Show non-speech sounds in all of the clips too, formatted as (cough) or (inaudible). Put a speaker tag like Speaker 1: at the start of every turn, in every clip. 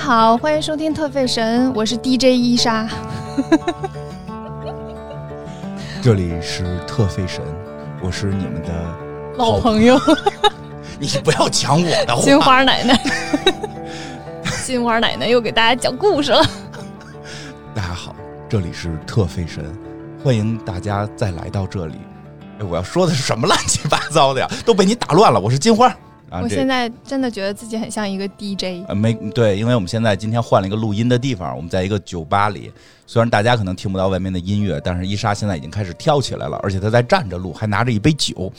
Speaker 1: 好，欢迎收听特费神，我是 DJ 伊莎。
Speaker 2: 这里是特费神，我是你们的
Speaker 1: 老朋友，
Speaker 2: 你不要抢我的
Speaker 1: 金
Speaker 2: 话。
Speaker 1: 花奶 (laughs) 奶，金花奶奶又给大家讲故事了。
Speaker 2: 啊大家好，这里是特费神，欢迎大家再来到这里。哎，我要说的是什么乱七八糟的呀？ (laughs) 都被你打乱了。我是金花啊，
Speaker 1: 我
Speaker 2: 这
Speaker 1: 现在真的觉得自己很像一个 DJ，
Speaker 2: 呃没对，因为我们现在今天换了一个录音的地方，我们在一个酒吧里。虽然大家可能听不到外面的音乐，但是伊莎现在已经开始跳起来了，而且她在站着录，还拿着一杯酒。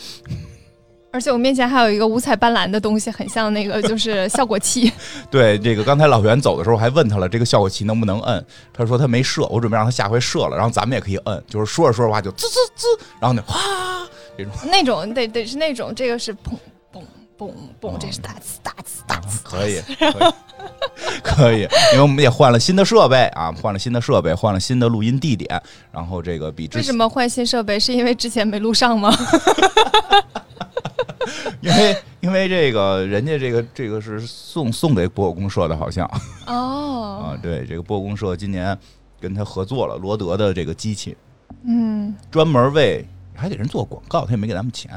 Speaker 1: 而且我面前还有一个五彩斑斓的东西，很像那个就是效果器。 (laughs)
Speaker 2: 对，这个刚才老袁走的时候还问他了，这个效果器能不能摁？他说他没射，我准备让他下回射了，然后咱们也可以摁，就是说着说着话就滋滋滋，然后呢，
Speaker 1: (laughs)
Speaker 2: 哗，
Speaker 1: 那种得得是那种，这个是砰砰砰
Speaker 2: 啊
Speaker 1: 砰，这是大呲大呲大呲。
Speaker 2: 可以，可以。 (laughs) 可以，因为我们也换了新的设备啊，换了新的设备，换了新的录音地点，然后这个比之
Speaker 1: 为什
Speaker 2: 前，
Speaker 1: 么换新设备？是因为之前没录上吗？
Speaker 2: 因为因为这个人家这个这个是送送给博友公社的，好像
Speaker 1: 哦，
Speaker 2: (laughs) 啊，对，这个博友公社今年跟他合作了罗德的这个机器，
Speaker 1: 嗯， (laughs)
Speaker 2: 专门为还给人做广告，他也没给咱们钱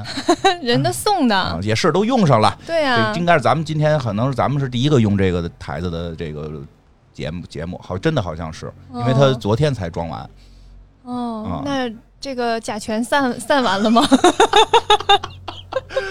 Speaker 1: 人家送的，
Speaker 2: 啊，也是都用上了，
Speaker 1: 对啊
Speaker 2: 这，应该是咱们今天可能是咱们是第一个用这个台子的这个节目节目，好，真的好像是，因为他
Speaker 1: 哦
Speaker 2: 昨天才装完， (laughs)
Speaker 1: 哦
Speaker 2: 啊，
Speaker 1: 那这个甲醛散散完了吗？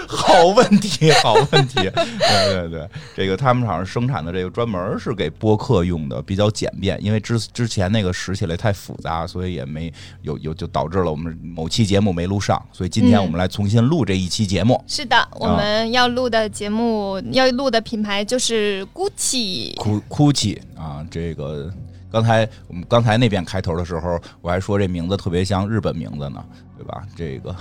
Speaker 2: 好问题， (laughs) 好问题，对对对，这个他们厂生产的这个专门是给播客用的，比较简便，因为之之前那个使起来太复杂，所以也没有有就导致了我们某期节目没录上，所以今天
Speaker 1: 嗯
Speaker 2: 我们来重新录这一期节目。
Speaker 1: 是的，我
Speaker 2: 啊
Speaker 1: 们要录的节目，要录的品牌就是 GUCCI。
Speaker 2: 哭哭泣啊，这个刚才我们刚才那边开头的时候，我还说这名字特别像日本名字呢，对吧？这个 (laughs)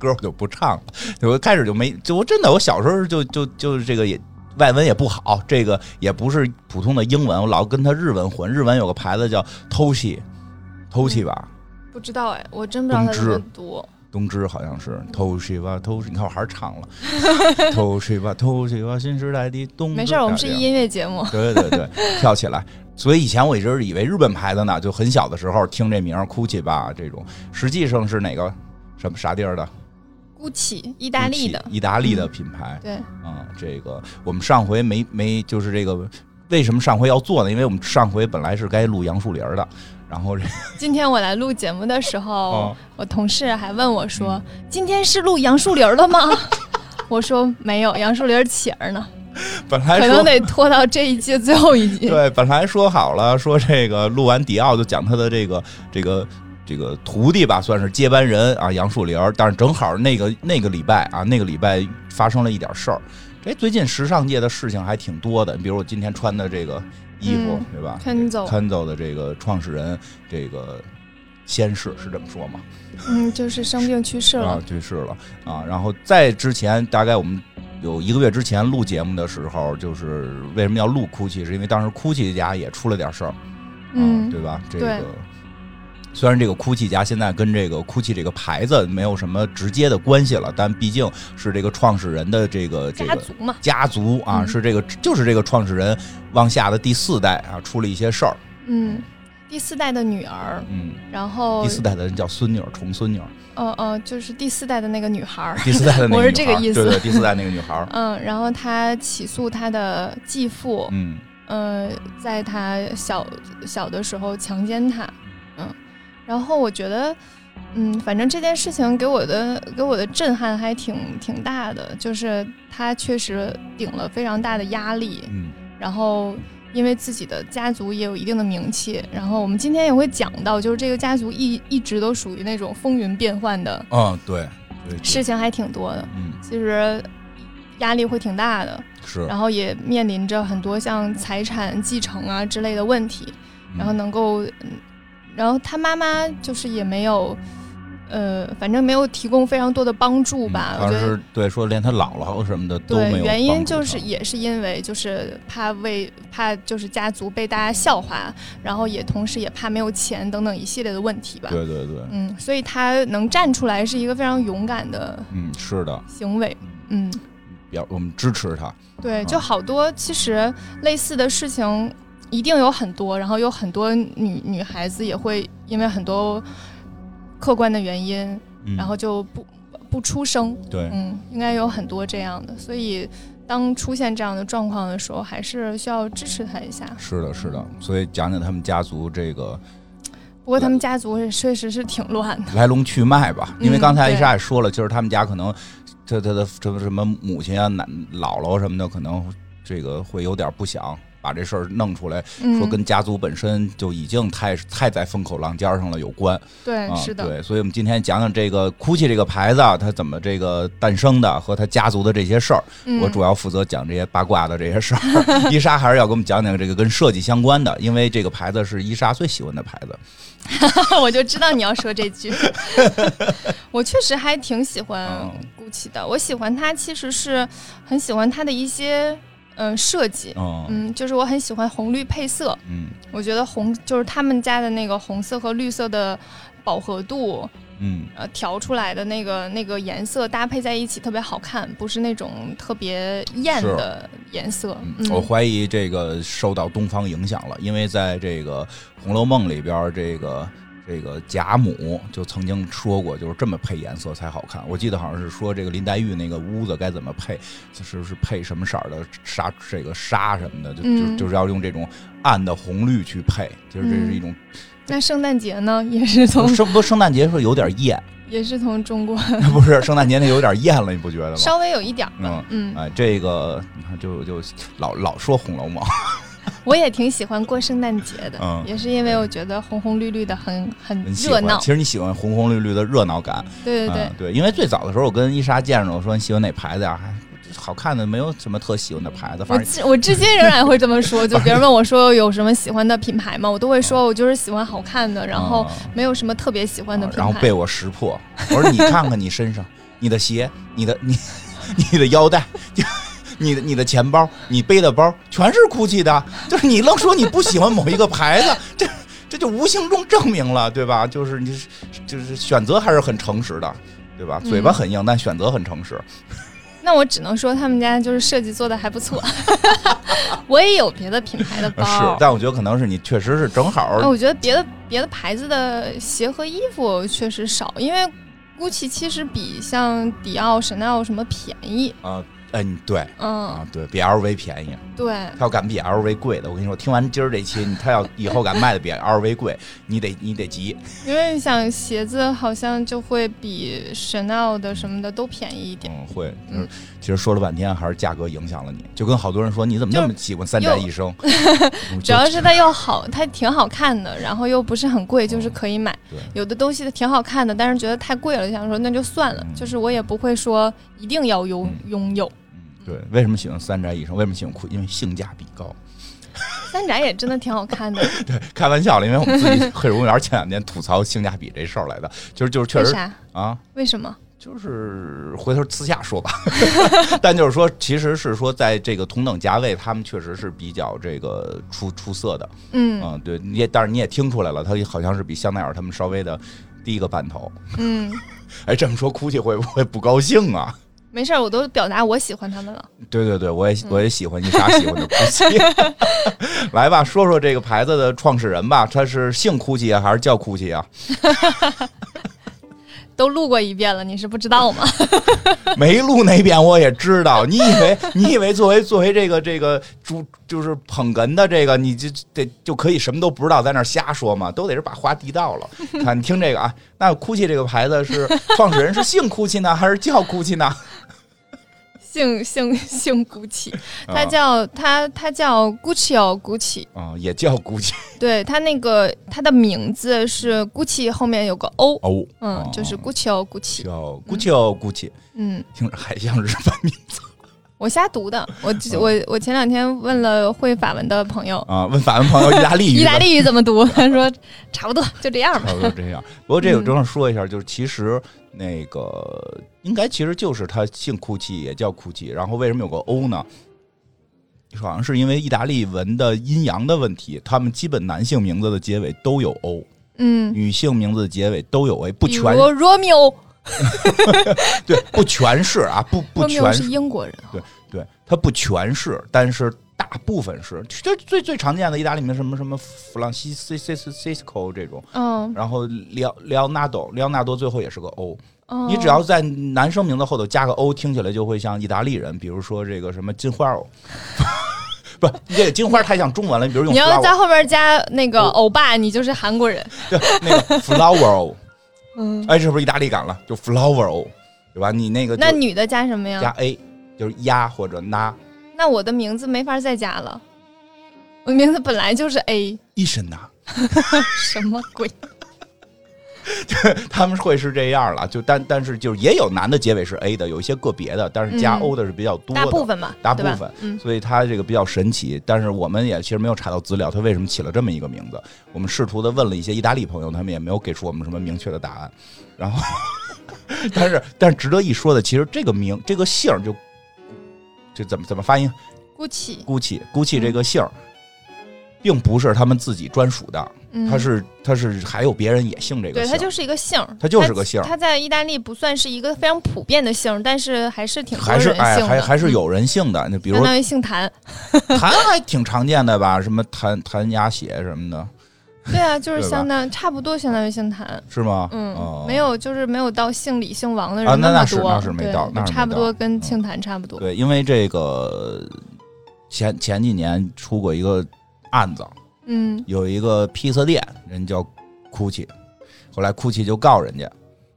Speaker 2: 歌我就不唱了，我开始就没就我真的我小时候就就就是这个也。外文也不好，这个也不是普通的英文，我老跟它日文混。日文有个牌子叫 Toshi，Toshi 吧，
Speaker 1: 不知道哎，我真不知道它怎么读。
Speaker 2: 东芝好像是 Toshi 吧，Toshi，你看我还是唱了 (laughs) Toshi 吧，Toshi 吧，新时代的东芝。哎
Speaker 1: 没事儿，我们是
Speaker 2: 这样
Speaker 1: 音乐节目。
Speaker 2: (laughs) 对对对，跳起来。所以以前我一直以为日本牌子呢，就很小的时候听这名儿哭泣吧这种，实际上是哪个什么啥地儿的？
Speaker 1: GUCCI，意
Speaker 2: 意
Speaker 1: 大利的，嗯
Speaker 2: 意大利的品牌
Speaker 1: 对，
Speaker 2: 啊、这个我们上回没没就是这个为什么上回要做呢？因为我们上回本来是该录杨树林儿的，然后这 (laughs)
Speaker 1: 今天我来录节目的时候
Speaker 2: 哦，
Speaker 1: 我同事还问我说：“今天是录杨树林儿了吗？” (laughs) 我说：“没有，杨树林儿起儿呢，
Speaker 2: 本来
Speaker 1: 可
Speaker 2: 说
Speaker 1: 能得拖到这一季最后一集。
Speaker 2: (laughs) 对，本来说好了，说这个录完迪奥就讲他的这个这个这个徒弟吧，算是接班人啊，杨树林儿。但是正好那个那个礼拜啊，那个礼拜发生了一点事儿。哎，最近时尚界的事情还挺多的，你比如我今天穿的这个衣服，
Speaker 1: 嗯
Speaker 2: 对吧”
Speaker 1: 看走，
Speaker 2: ？Kenzo 的这个创始人，这个先逝是这么说吗？
Speaker 1: 嗯，就是生病去世了
Speaker 2: 啊，。去世了啊。然后在之前，大概我们有一个月之前录节目的时候，就是为什么要录哭泣，是因为当时哭泣家也出了点事儿，
Speaker 1: 嗯
Speaker 2: 啊，对吧？这
Speaker 1: 对
Speaker 2: 个。虽然这个哭泣家现在跟这个哭泣这个牌子没有什么直接的关系了，但毕竟是这个创始人的这个这
Speaker 1: 家
Speaker 2: 个
Speaker 1: 族嘛，
Speaker 2: 家族啊，
Speaker 1: 嗯
Speaker 2: 是这个就是这个创始人往下的第四代啊出了一些事儿，
Speaker 1: 嗯，第四代的女儿，
Speaker 2: 嗯，
Speaker 1: 然后
Speaker 2: 第四代的人叫孙女儿，重孙女儿，
Speaker 1: 呃呃，就是第四代的那个女孩儿，
Speaker 2: 第四代的那个
Speaker 1: 我是
Speaker 2: 女
Speaker 1: 这个
Speaker 2: 孩儿
Speaker 1: 意思
Speaker 2: 对对，第四代那个女孩
Speaker 1: (laughs)
Speaker 2: 儿，
Speaker 1: 嗯，然后她起诉她的继父，
Speaker 2: 嗯，
Speaker 1: 呃，在她小小的时候强奸她，嗯，然后我觉得，嗯，反正这件事情给我的给我的震撼还挺挺大的，就是她确实顶了非常大的压力，
Speaker 2: 嗯，
Speaker 1: 然后因为自己的家族也有一定的名气，然后我们今天也会讲到，就是这个家族一一直都属于那种风云变幻的
Speaker 2: 嗯，对，对，对
Speaker 1: 事，情还挺多的，
Speaker 2: 嗯，
Speaker 1: 其实压力会挺大的，
Speaker 2: 是，
Speaker 1: 然后也面临着很多像财产继承啊之类的问题，然后
Speaker 2: 嗯，
Speaker 1: 能够，嗯然后他妈妈就是也没有。呃，反正没有提供非常多的帮助吧，
Speaker 2: 嗯
Speaker 1: 我
Speaker 2: 好
Speaker 1: 觉
Speaker 2: 像
Speaker 1: 得
Speaker 2: 是对，说连他姥姥什么的都
Speaker 1: 对
Speaker 2: 没，有
Speaker 1: 原因
Speaker 2: 帮助
Speaker 1: 就是
Speaker 2: 他
Speaker 1: 也是因为就是怕为怕就是家族被大家笑话，然后也同时也怕没有钱等等一系列的问题吧。
Speaker 2: 对对对，
Speaker 1: 嗯，所以他能站出来是一个非常勇敢的
Speaker 2: 嗯，是的，
Speaker 1: 行为。
Speaker 2: 嗯
Speaker 1: 嗯，
Speaker 2: 表我们支持他。
Speaker 1: 对，就好多其实类似的事情一定有很多，然后有很多女女孩子也会因为很多客观的原因，
Speaker 2: 嗯
Speaker 1: 然后就不不出声。
Speaker 2: 对，
Speaker 1: 嗯，应该有很多这样的，所以当出现这样的状况的时候，还是需要支持他一下。
Speaker 2: 是的，是的。所以讲讲他们家族这个
Speaker 1: 不过他们家族也确实是挺乱的，
Speaker 2: 来龙去脉吧，因为
Speaker 1: 嗯
Speaker 2: 刚才
Speaker 1: 对
Speaker 2: 一莎也说了，就是他们家可能他他的什么什么母亲啊、奶姥姥什么的，可能这个会有点不想把这事儿弄出来，
Speaker 1: 嗯
Speaker 2: 说，跟家族本身就已经太太在风口浪尖儿上了有关。
Speaker 1: 对，
Speaker 2: 啊，
Speaker 1: 是的，
Speaker 2: 对，所以我们今天讲讲这个 GUCCI 这个牌子啊，它怎么这个诞生的和它家族的这些事儿。
Speaker 1: 嗯
Speaker 2: 我主要负责讲这些八卦的这些事儿，伊 (laughs) 莎还是要给我们讲讲这个跟设计相关的，因为这个牌子是伊莎最喜欢的牌子。
Speaker 1: (laughs) 我就知道你要说这
Speaker 2: (laughs)
Speaker 1: 句。我确实还挺喜欢
Speaker 2: 嗯
Speaker 1: GUCCI 的，我喜欢它其实是很喜欢它的一些嗯、呃设计，
Speaker 2: 嗯
Speaker 1: 嗯，就是我很喜欢红绿配色，
Speaker 2: 嗯
Speaker 1: 我觉得红就是他们家的那个红色和绿色的饱和度，
Speaker 2: 嗯
Speaker 1: 呃调出来的那个那个颜色搭配在一起特别好看，不是那种特别艳
Speaker 2: 是
Speaker 1: 的颜色。
Speaker 2: 嗯，我怀疑这个受到东方影响了，因为在这个《红楼梦》里边儿，这个。这个贾母就曾经说过，就是这么配颜色才好看。我记得好像是说这个林黛玉那个屋子该怎么配，就是是配什么色儿的纱，这个纱什么的，就就
Speaker 1: 嗯
Speaker 2: 就是要用这种暗的红绿去配，就是这是一种。
Speaker 1: 那圣诞节呢，也是从
Speaker 2: 圣不圣诞节是有点
Speaker 1: (laughs)
Speaker 2: 艳，
Speaker 1: 也是从中国
Speaker 2: 不是圣诞节那有点艳了，你不觉得吗？
Speaker 1: 稍微有一点儿吧。
Speaker 2: 嗯
Speaker 1: 嗯，
Speaker 2: 哎，这个你看就就老老说《红楼
Speaker 1: (laughs)
Speaker 2: 梦》，
Speaker 1: 我也挺喜欢过圣诞节的，
Speaker 2: 嗯
Speaker 1: 也是因为我觉得红红绿绿的很很
Speaker 2: 你喜
Speaker 1: 热
Speaker 2: 欢
Speaker 1: 闹
Speaker 2: 其。实你喜欢红红绿绿的热闹感，
Speaker 1: 对对对，
Speaker 2: 嗯对，因为最早的时候我跟伊莎见着，我说你喜欢哪牌子呀、还好看的没有什么特喜欢的牌子，
Speaker 1: 我
Speaker 2: 反正
Speaker 1: 至我至今仍然会这么
Speaker 2: (laughs)
Speaker 1: 说，就别人问我说有什么喜欢的品牌吗？我都会说我就是喜欢好看的，然后
Speaker 2: 啊
Speaker 1: 没有什么特别喜欢的
Speaker 2: 啊
Speaker 1: 品牌。
Speaker 2: 然后被我识破，我说你看看你身上，你的鞋，你的你你的腰带。你的你的钱包，你背的包全是 GUCCI 的，就是你愣说你不喜欢某一个牌子，这这就无形中证明了，对吧？就是你是就是选择还是很诚实的，对吧？嘴巴
Speaker 1: 嗯
Speaker 2: 很硬，但选择很诚实。
Speaker 1: 那我只能说他们家就是设计做的还不
Speaker 2: (laughs)
Speaker 1: 错。我也有别的品牌的
Speaker 2: 呃啊是
Speaker 1: 包，，
Speaker 2: 但我觉得可能是你确实是正好
Speaker 1: 哎，我觉得别的别的牌子的鞋和衣服确实少，因为 GUCCI 其实比像迪奥、神奈奥什么便宜。
Speaker 2: 啊，哎，你对
Speaker 1: 嗯，
Speaker 2: 啊，对比 LV 便宜，
Speaker 1: 对
Speaker 2: 他，要敢比 LV 贵的，我跟你说，听完今儿这期，你他要以后敢卖的比 LV 贵，你得你得急。
Speaker 1: 因为像鞋子好像就会比神奈奥的什么的都便宜一点。
Speaker 2: 嗯，会，就
Speaker 1: 嗯
Speaker 2: 是其实说了半天还是价格影响了你，就跟好多人说你怎么那么喜欢三宅一生，嗯
Speaker 1: (laughs) 主要是它又好，它挺好看的，然后又不是很贵，就是可以买。
Speaker 2: 对
Speaker 1: 有的东西挺好看的，但是觉得太贵了，想说那就算了，
Speaker 2: 嗯
Speaker 1: 就是我也不会说一定要拥
Speaker 2: 嗯
Speaker 1: 拥有。
Speaker 2: 嗯 (laughs) 对，为什么喜欢三宅一生？为什么喜欢哭？因为性价比高。
Speaker 1: 三宅也真的挺好看的，
Speaker 2: 开玩笑了，因为我们自己
Speaker 1: (laughs)
Speaker 2: 黑水公园前两天吐槽性价比这事儿来的，就是 (laughs) 就是确
Speaker 1: 为
Speaker 2: 实
Speaker 1: 啥？
Speaker 2: 啊，
Speaker 1: 为什么？
Speaker 2: 就是回头私
Speaker 1: (laughs)
Speaker 2: 下说吧， (laughs) 但就是说，其实是说，在这个同等价位，他们确实是比较这个出出色的，
Speaker 1: 嗯
Speaker 2: 嗯，对，你也，但是你也听出来了，它好像是比香奈儿他们稍微的低一个版头。
Speaker 1: 嗯，
Speaker 2: (laughs) 哎，这么说，GUCCI 会不会不高兴啊？
Speaker 1: 没事儿，我都表达我喜欢他们了。
Speaker 2: 对对对，我也我也喜欢伊莎喜欢的 GUCCI。来 (laughs) 吧，说说这个牌子的创始人吧，他是姓 GUCCI 啊，还是叫 GUCCI 啊？
Speaker 1: 都录过一遍了，你是不知道
Speaker 2: (laughs)
Speaker 1: 吗？
Speaker 2: 没录那遍我也知道，你以为 (laughs) 你以为作为作为这个这个主就是捧哏的这个，你就得就可以什么都不知道在那儿瞎说吗？都得是把话地道了。看你听这个啊，那 GUCCI 这个牌子是 (laughs) 创始人是姓 GUCCI 呢，还是叫 GUCCI 呢？ (laughs)
Speaker 1: 姓姓姓 GUCCI，他
Speaker 2: 啊
Speaker 1: 叫他他叫 Gucci 哦 Gucci，
Speaker 2: 啊、也叫 GUCCI
Speaker 1: 对他那个他的名字是 Gucci 后面有个 O，
Speaker 2: 哦，
Speaker 1: 嗯，就是 Gucci 哦 Gucci，
Speaker 2: 叫 GUCCI 哦 GUCCI，
Speaker 1: 嗯，
Speaker 2: 听着还像日本名字
Speaker 1: 我瞎读的，我
Speaker 2: 嗯
Speaker 1: 我我前两天问了会法文的朋友，
Speaker 2: 啊。问法文朋友意大利语的，
Speaker 1: 意大利语怎么读， (laughs) 他说差不多就这样吧。
Speaker 2: 差不多这样。不过这个
Speaker 1: 嗯
Speaker 2: 正好说一下，就是其实那个应该其实就是他姓 GUCCI 也叫 GUCCI，然后为什么有个 O 呢？好像是因为意大利文的阴阳的问题，他们基本男性名字的结尾都有 O，
Speaker 1: 嗯，
Speaker 2: 女性名字的结尾都有 A，不
Speaker 1: 比
Speaker 2: 全
Speaker 1: 如 Romeo
Speaker 2: 对，不全是啊，不不
Speaker 1: 昆明
Speaker 2: 全
Speaker 1: 是
Speaker 2: 是，
Speaker 1: 英国人啊，
Speaker 2: 对，它不全是，但是大部分是，就最最常见的意大利名什么什么弗朗西西西西西斯科这种，
Speaker 1: 嗯，
Speaker 2: 然后里奥里奥纳多里奥纳多最后也是个 O，
Speaker 1: 嗯
Speaker 2: 你只要在男生名字后头加个 O，听起来就会像意大利人，比如说这个什么金花儿哦，不，这个金花儿太像中文了，你比如用
Speaker 1: 你要
Speaker 2: flower
Speaker 1: 在后面加那个
Speaker 2: 我
Speaker 1: 欧巴，你就是韩国人，
Speaker 2: 对 (laughs) 那个 flower，哦
Speaker 1: (laughs) 嗯，
Speaker 2: 哎，是不是意大利感了？就 flower，哦对吧？你那个就
Speaker 1: 那女的加什么
Speaker 2: 加
Speaker 1: 呀？
Speaker 2: a 就是鸭或者那
Speaker 1: 那我的名字没法再加了，我名字本来就是 A，
Speaker 2: 一身呐，
Speaker 1: 什么鬼？
Speaker 2: 他们会是这样了。就但但是就是也有男的结尾是 a 的，有一些个别的，但是加
Speaker 1: 嗯
Speaker 2: o 的是比较多的。
Speaker 1: 大部分吧，
Speaker 2: 大
Speaker 1: 对吧
Speaker 2: 部分
Speaker 1: 嗯，
Speaker 2: 所以它这个比较神奇，但是我们也其实没有查到资料，它为什么起了这么一个名字？我们试图的问了一些意大利朋友，他们也没有给出我们什么明确的答案。然后， (laughs) 但是但是值得一说的，其实这个名这个姓儿就这怎么怎么发音
Speaker 1: 姑且，
Speaker 2: ？Gucci Gucci 这个姓儿，并不是他们自己专属的，
Speaker 1: 嗯，
Speaker 2: 他是他是还有别人也姓这个
Speaker 1: 对，
Speaker 2: 姓
Speaker 1: 它
Speaker 2: 儿，
Speaker 1: 就是一个姓儿，
Speaker 2: 它就是个姓儿
Speaker 1: 它在意大利不算是一个非常普遍的姓儿，但是还是挺多
Speaker 2: 还
Speaker 1: 人
Speaker 2: 是
Speaker 1: 姓
Speaker 2: 哎
Speaker 1: 的，
Speaker 2: 还还是
Speaker 1: 嗯
Speaker 2: 有人姓的。那比如
Speaker 1: 相当于姓
Speaker 2: (laughs)
Speaker 1: 谭。
Speaker 2: 谭还挺常见的吧，什么谭谭鸭血什么的，
Speaker 1: 对啊，就是
Speaker 2: 对吧
Speaker 1: 相当差不多，相当于姓谭。
Speaker 2: 是吗？
Speaker 1: 嗯，
Speaker 2: 哦
Speaker 1: 没有，就是没有到姓李、姓王的
Speaker 2: 啊
Speaker 1: 人
Speaker 2: 那
Speaker 1: 么
Speaker 2: 那是
Speaker 1: 多，
Speaker 2: 那是没
Speaker 1: 对
Speaker 2: 到那
Speaker 1: 就是
Speaker 2: 没
Speaker 1: 差不
Speaker 2: 到
Speaker 1: 多跟
Speaker 2: 嗯
Speaker 1: 姓谭差不多。
Speaker 2: 对，因为这个前前几年出过一个案子，
Speaker 1: 嗯，
Speaker 2: 有一个披萨店，人叫 Gucci，后来 Gucci 就告人家，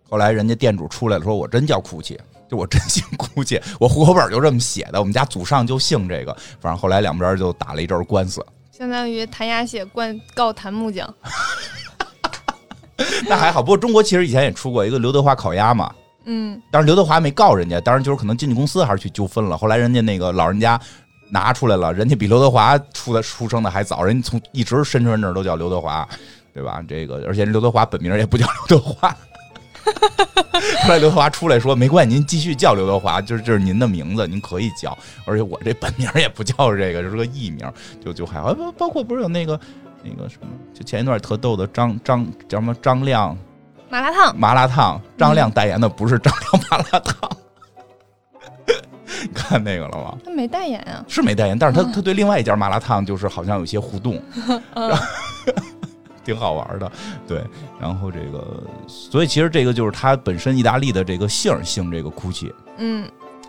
Speaker 2: 后来人家店主出来了，说我真叫 Gucci。就我真姓 Gucci，我户口本就这么写的，我们家祖上就姓这个。反正后来两边就打了一阵儿官司，
Speaker 1: 相当于谭鸭血灌告谭木匠。
Speaker 2: (laughs) 那还好。不过中国其实以前也出过一个刘德华烤鸭嘛，
Speaker 1: 嗯，
Speaker 2: 当然刘德华没告人家，当然就是可能经纪公司还是去纠纷了。后来人家那个老人家拿出来了，人家比刘德华出的出生的还早，人家从一直身份证都叫刘德华，对吧？这个而且刘德华本名也不叫刘德华。 (laughs) 后来刘德华出来说：“没关系，您继续叫刘德华，就是这是您的名字，您可以叫。而且我这本名也不叫这个，就是个艺名，就就还好。包包括不是有那个那个什么，就前一段特逗的张张叫什么张亮
Speaker 1: 麻辣烫，
Speaker 2: 麻辣烫，张
Speaker 1: 嗯
Speaker 2: 亮代言的不是张亮麻辣烫。 (laughs) 你看那个了吗？
Speaker 1: 他没代言啊。
Speaker 2: 是没代言，但是他、
Speaker 1: 嗯
Speaker 2: 他对另外一家麻辣烫就是好像有些互动，
Speaker 1: 嗯，
Speaker 2: (laughs) 挺好玩的。对，然后这个，所以其实这个就是他本身意大利的这个姓儿姓这个 Gucci，
Speaker 1: 嗯，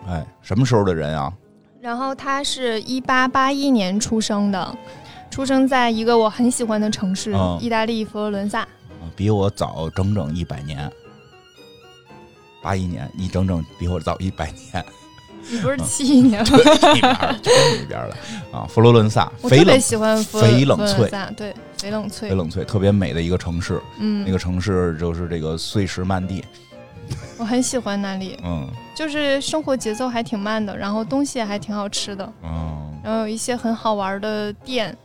Speaker 2: 哎，什么时候的人啊？
Speaker 1: 然后他是一八八一年出生的，出生在一个我很喜欢的城市
Speaker 2: 嗯
Speaker 1: ——意大利佛罗伦萨。
Speaker 2: 啊比我早整整一百年，八一年，你整整比我早一百年，
Speaker 1: 你不是七一
Speaker 2: (laughs)
Speaker 1: 年吗？
Speaker 2: 一边儿就跟你一边儿了啊！佛罗伦萨，
Speaker 1: 我
Speaker 2: 翡
Speaker 1: 特别
Speaker 2: 冷
Speaker 1: 喜欢佛
Speaker 2: 翡冷
Speaker 1: 佛罗
Speaker 2: 翠
Speaker 1: 伦萨，对，翡冷
Speaker 2: 翡
Speaker 1: 翠。
Speaker 2: 冷翠，特别美的一个城市。那
Speaker 1: 嗯，
Speaker 2: 个城市就是这个碎石漫地，
Speaker 1: 我很喜欢那里，
Speaker 2: 嗯
Speaker 1: 就是生活节奏还挺慢的，然后东西也还挺好吃的，
Speaker 2: 嗯，
Speaker 1: 然后有一些很好玩的店。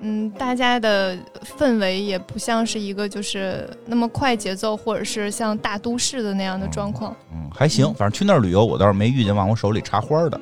Speaker 1: 嗯，大家的氛围也不像是一个就是那么快节奏，或者是像大都市的那样的状况。
Speaker 2: 嗯，还行，反正去那儿旅游，我倒是没遇见往我手里插花
Speaker 1: (laughs)
Speaker 2: 的。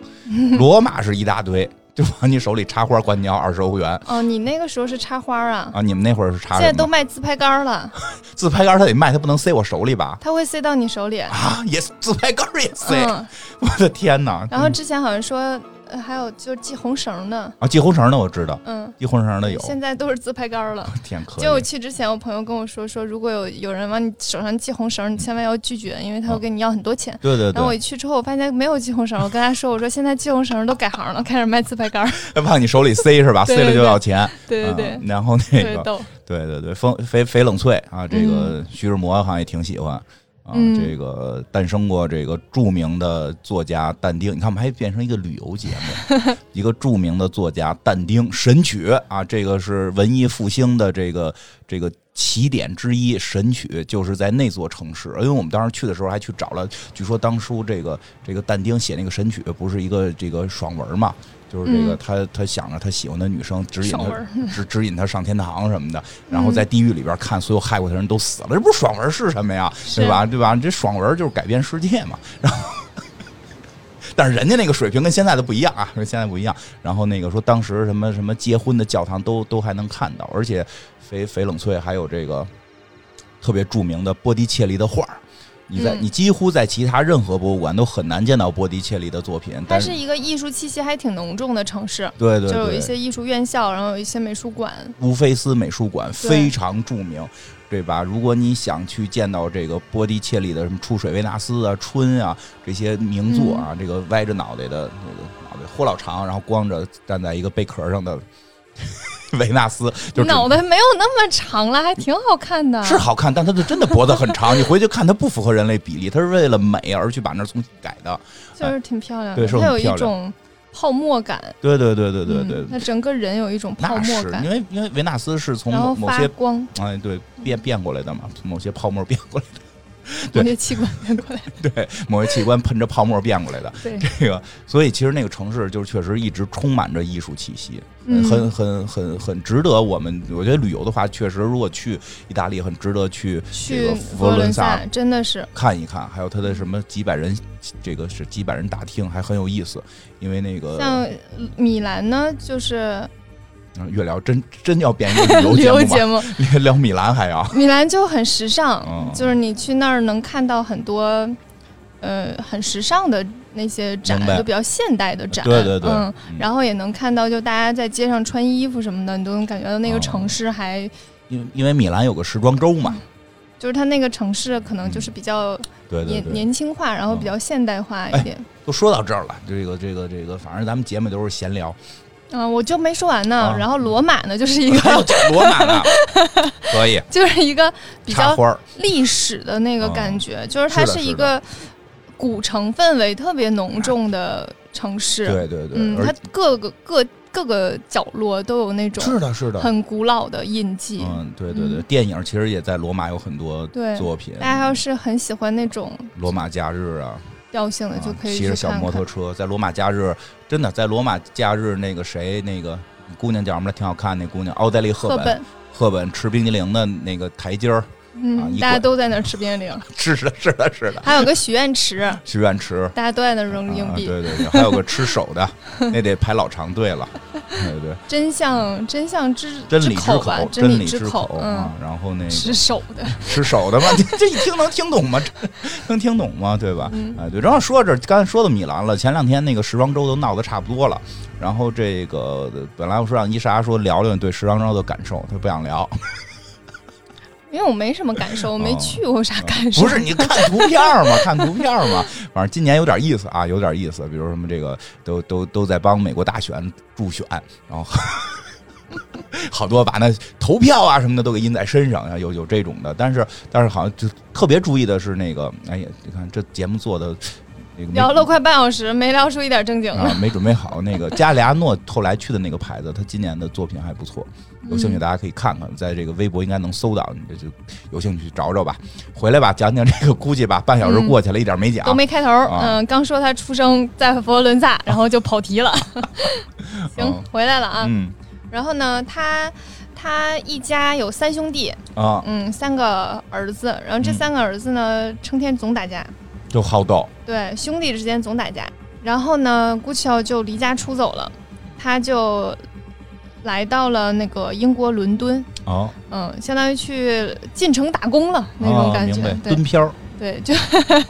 Speaker 2: 罗马是一大堆，就往你手里插花，管你要二十欧元
Speaker 1: 哦，你那个时候是插花啊？
Speaker 2: 啊！你们那会儿是插
Speaker 1: 现在
Speaker 2: 什么
Speaker 1: 都卖自拍杆了，
Speaker 2: 自拍杆，它得卖，它不能塞我手里吧？
Speaker 1: 它会塞到你手里。
Speaker 2: 啊，也自拍杆也塞，嗯
Speaker 1: 嗯，
Speaker 2: 我的天哪！
Speaker 1: 然后之前好像说、呃还有就是系红绳的，
Speaker 2: 啊，系红绳的我知道，
Speaker 1: 嗯，
Speaker 2: 系红绳的有，
Speaker 1: 现在都是自拍杆了。
Speaker 2: 天 (laughs) 可
Speaker 1: 就我
Speaker 2: 以，
Speaker 1: 去之前，我朋友跟我说说，如果有有人往你手上系红绳，你千万要拒绝，因为他会跟你要很多钱。
Speaker 2: 对对
Speaker 1: 然后我
Speaker 2: 对，
Speaker 1: 一去之后，我发现没有系红绳，我跟他说，我说现在系红绳都改行了，开始卖自拍
Speaker 2: (laughs)
Speaker 1: 杆。
Speaker 2: 往你手里塞是吧？
Speaker 1: 对
Speaker 2: 塞了就
Speaker 1: 对
Speaker 2: 要钱，
Speaker 1: 对对
Speaker 2: 啊
Speaker 1: 对，
Speaker 2: 然后
Speaker 1: 特
Speaker 2: 那
Speaker 1: 别
Speaker 2: 个
Speaker 1: 逗。
Speaker 2: 对对对，风翡翡冷翠啊，这个徐志摩好像也挺喜欢啊。
Speaker 1: 嗯
Speaker 2: 这个诞生过这个著名的作家但丁，你看我们还变成一个旅游节目， (laughs) 一个著名的作家但丁《神曲》啊，这个是文艺复兴的这个这个起点之一，《神曲》就是在那座城市。因为我们当时去的时候还去找了，据说当初这个这个但丁写那个《神曲》不是一个这个爽文嘛，就是这个
Speaker 1: 嗯
Speaker 2: 他他想着他喜欢的女生指引
Speaker 1: 爽
Speaker 2: 他
Speaker 1: 文儿，
Speaker 2: 指指引他上天堂什么的，然后在地狱里边看所有害过他的人都死了，这不是爽文是什么呀？对吧？对吧？这爽文就是改变世界嘛。然后， (laughs) 但是人家那个水平跟现在的不一样啊，跟现在不一样。然后那个说当时什么什么结婚的教堂都都还能看到，而且翡翡冷翠还有这个特别著名的波提切利的画儿你在
Speaker 1: 嗯
Speaker 2: 你几乎在其他任何博物馆都很难见到波迪切利的作品，
Speaker 1: 它
Speaker 2: 但
Speaker 1: 是一个艺术气息还挺浓重的城市，
Speaker 2: 对对
Speaker 1: 就有一
Speaker 2: 对，
Speaker 1: 些艺术院校，然后有一些美术馆。
Speaker 2: 乌菲斯美术馆
Speaker 1: 对
Speaker 2: 非常著名。对吧？如果你想去见到这个波迪切利的什么《出水维纳斯》啊、《春啊》这些名作
Speaker 1: 嗯
Speaker 2: 啊，这个歪着脑袋的那个脑袋豁老长，然后光着站在一个贝壳上的 (laughs) 维纳斯，就只
Speaker 1: 脑袋没有那么长了，还挺好看的。
Speaker 2: 是好啊看，但它的真的脖子很
Speaker 1: (laughs)
Speaker 2: 长，你回去看它不符合人类比例，它是为了美而去把那儿重新改的。
Speaker 1: 就是挺漂亮的，
Speaker 2: 对是很
Speaker 1: 它有一
Speaker 2: 漂亮
Speaker 1: 种泡沫感，
Speaker 2: 对对对对对
Speaker 1: 嗯
Speaker 2: 对，
Speaker 1: 它整个人有一种泡
Speaker 2: 那
Speaker 1: 沫
Speaker 2: 是
Speaker 1: 感
Speaker 2: 因，为因为维纳斯是从
Speaker 1: 然后
Speaker 2: 某某
Speaker 1: 发
Speaker 2: 些
Speaker 1: 光，
Speaker 2: 哎对变变过来的嘛，从某些泡沫变过来
Speaker 1: 某
Speaker 2: 对
Speaker 1: 些器官变过来，
Speaker 2: 的，对，某些器官喷着泡沫变过来的。
Speaker 1: 对，
Speaker 2: 这个，所以其实那个城市就是确实一直充满着艺术气息，
Speaker 1: 嗯
Speaker 2: 很很很很值得我们。我觉得旅游的话，确实如果去意大利，很值得去这
Speaker 1: 去
Speaker 2: 个
Speaker 1: 佛罗
Speaker 2: 佛罗
Speaker 1: 伦
Speaker 2: 伦萨
Speaker 1: 萨真的是，
Speaker 2: 看一看，还有它的什么几百人，这个是几百人大厅，还很有意思。因为那个
Speaker 1: 像米兰呢，就是
Speaker 2: 嗯越聊真真要变一个旅
Speaker 1: (laughs) 旅游
Speaker 2: 游节
Speaker 1: 节
Speaker 2: 目
Speaker 1: 目，
Speaker 2: 吧，聊米兰还要
Speaker 1: 米兰就很时尚
Speaker 2: 嗯，
Speaker 1: 就是你去那儿能看到很多，呃，很时尚的那些展
Speaker 2: 明，白
Speaker 1: 就比较现代的展，
Speaker 2: 对对对
Speaker 1: 嗯，
Speaker 2: 嗯
Speaker 1: 然后也能看到，就大家在街上穿衣服什么的，你都能感觉到那个
Speaker 2: 哦
Speaker 1: 城市还
Speaker 2: 因为因为米兰有个时装周
Speaker 1: 嗯
Speaker 2: 嘛，
Speaker 1: 就是它那个城市可能就是比较
Speaker 2: 对对
Speaker 1: 年、
Speaker 2: 对。嗯哎
Speaker 1: 年轻化，然后比较现代化一点。
Speaker 2: 都说到这儿了，这个这个这个，反正咱们节目都是闲聊。
Speaker 1: 嗯、我就没说完呢。
Speaker 2: 啊
Speaker 1: 然后罗马呢，就是一
Speaker 2: 还有
Speaker 1: 个
Speaker 2: 讲罗马呢，可以
Speaker 1: (laughs) 就是一个比
Speaker 2: 插
Speaker 1: 较
Speaker 2: 花儿，
Speaker 1: 历史的那个感觉，就是它
Speaker 2: 哦是的
Speaker 1: 一个古城氛围特别浓重的城市。
Speaker 2: 对对对，
Speaker 1: 嗯，
Speaker 2: 而
Speaker 1: 它各个各各个角落都有那种
Speaker 2: 是的是的，
Speaker 1: 很古老的印记。
Speaker 2: 嗯，对对对，
Speaker 1: 嗯
Speaker 2: 电影其实也在罗马有很多
Speaker 1: 对
Speaker 2: 作品，
Speaker 1: 大家要是很喜欢那种
Speaker 2: 罗马假日啊，
Speaker 1: 调性的，
Speaker 2: 啊
Speaker 1: 嗯就可以去
Speaker 2: 骑着
Speaker 1: 看
Speaker 2: 小
Speaker 1: 看。
Speaker 2: 摩托车，在罗马假日，真的在罗马假日，那个谁，那个姑娘叫什么来？挺好看，那姑娘奥黛丽·赫
Speaker 1: 赫
Speaker 2: 本，
Speaker 1: 本，
Speaker 2: 赫本吃冰激凌的那个台阶儿， (laughs) 啊
Speaker 1: 嗯，
Speaker 2: 一
Speaker 1: 大家
Speaker 2: 滚
Speaker 1: 都在那儿吃冰激凌，
Speaker 2: 是的，是的，是的，
Speaker 1: 还有个许愿
Speaker 2: (laughs)
Speaker 1: 池。
Speaker 2: 许愿池。
Speaker 1: 大家都在那扔硬
Speaker 2: 啊，
Speaker 1: 币，
Speaker 2: 对对对，还有个吃手
Speaker 1: (laughs)
Speaker 2: 的，那得排老长队了。对对，
Speaker 1: 真相真相之
Speaker 2: 真理
Speaker 1: 口吧，
Speaker 2: 口，
Speaker 1: 真
Speaker 2: 真理
Speaker 1: 之
Speaker 2: 口
Speaker 1: 嗯
Speaker 2: 啊，。然后那个
Speaker 1: 吃手的，
Speaker 2: (laughs) 吃手的吗？这这一听能听懂吗？这能听懂吗？对吧？
Speaker 1: 嗯
Speaker 2: 哎，对。然后说这，刚才说到米兰了，前两天那个时装周都闹得差不多了。然后这个呃本来我说让伊莎说聊聊你对时装周的感受，她不想聊。
Speaker 1: 因为我没什么感受，我没去，我有啥 (laughs) 感受？
Speaker 2: 哦不是，你看图片儿嘛， (laughs) 看图片儿嘛。反正今年有点意思啊，有点意思。比如什么这个，都都都在帮美国大选助选，然后 (laughs) 好多把那投票啊什么的都给印在身上，啊有有这种的。但是但是好像就特别注意的是那个，哎呀，你看这节目做的那个没
Speaker 1: 聊了快半小时，没聊出一点正 (laughs) 经
Speaker 2: 啊
Speaker 1: 的。，
Speaker 2: 没准备好。那个加里亚诺后来去的那个牌子，他今年的作品还不错，有
Speaker 1: 嗯
Speaker 2: 兴趣大家可以看看，在这个微博应该能搜到，你这就有兴趣去找找吧。回来吧，讲讲这个，估计吧，半小时过去了，一点没讲
Speaker 1: 嗯都。没开头，
Speaker 2: 啊
Speaker 1: 嗯，刚说他出生在佛罗伦萨，然后就跑
Speaker 2: (laughs)
Speaker 1: 题了。行
Speaker 2: 嗯，
Speaker 1: 回来了啊。
Speaker 2: 嗯
Speaker 1: 然后呢，他他一家有三兄弟，
Speaker 2: 啊，
Speaker 1: 嗯，三个儿子。然后这
Speaker 2: 嗯
Speaker 1: 三个儿子呢，成天总打架，
Speaker 2: 就好斗，
Speaker 1: 对，兄弟之间总打架。然后呢，古奇奥就离家出走了，他就来到了那个英国伦敦，
Speaker 2: 哦，
Speaker 1: 嗯，相当于去进城打工了那
Speaker 2: 哦
Speaker 1: 种感觉
Speaker 2: 明白，
Speaker 1: 对
Speaker 2: 蹲漂儿
Speaker 1: 对，就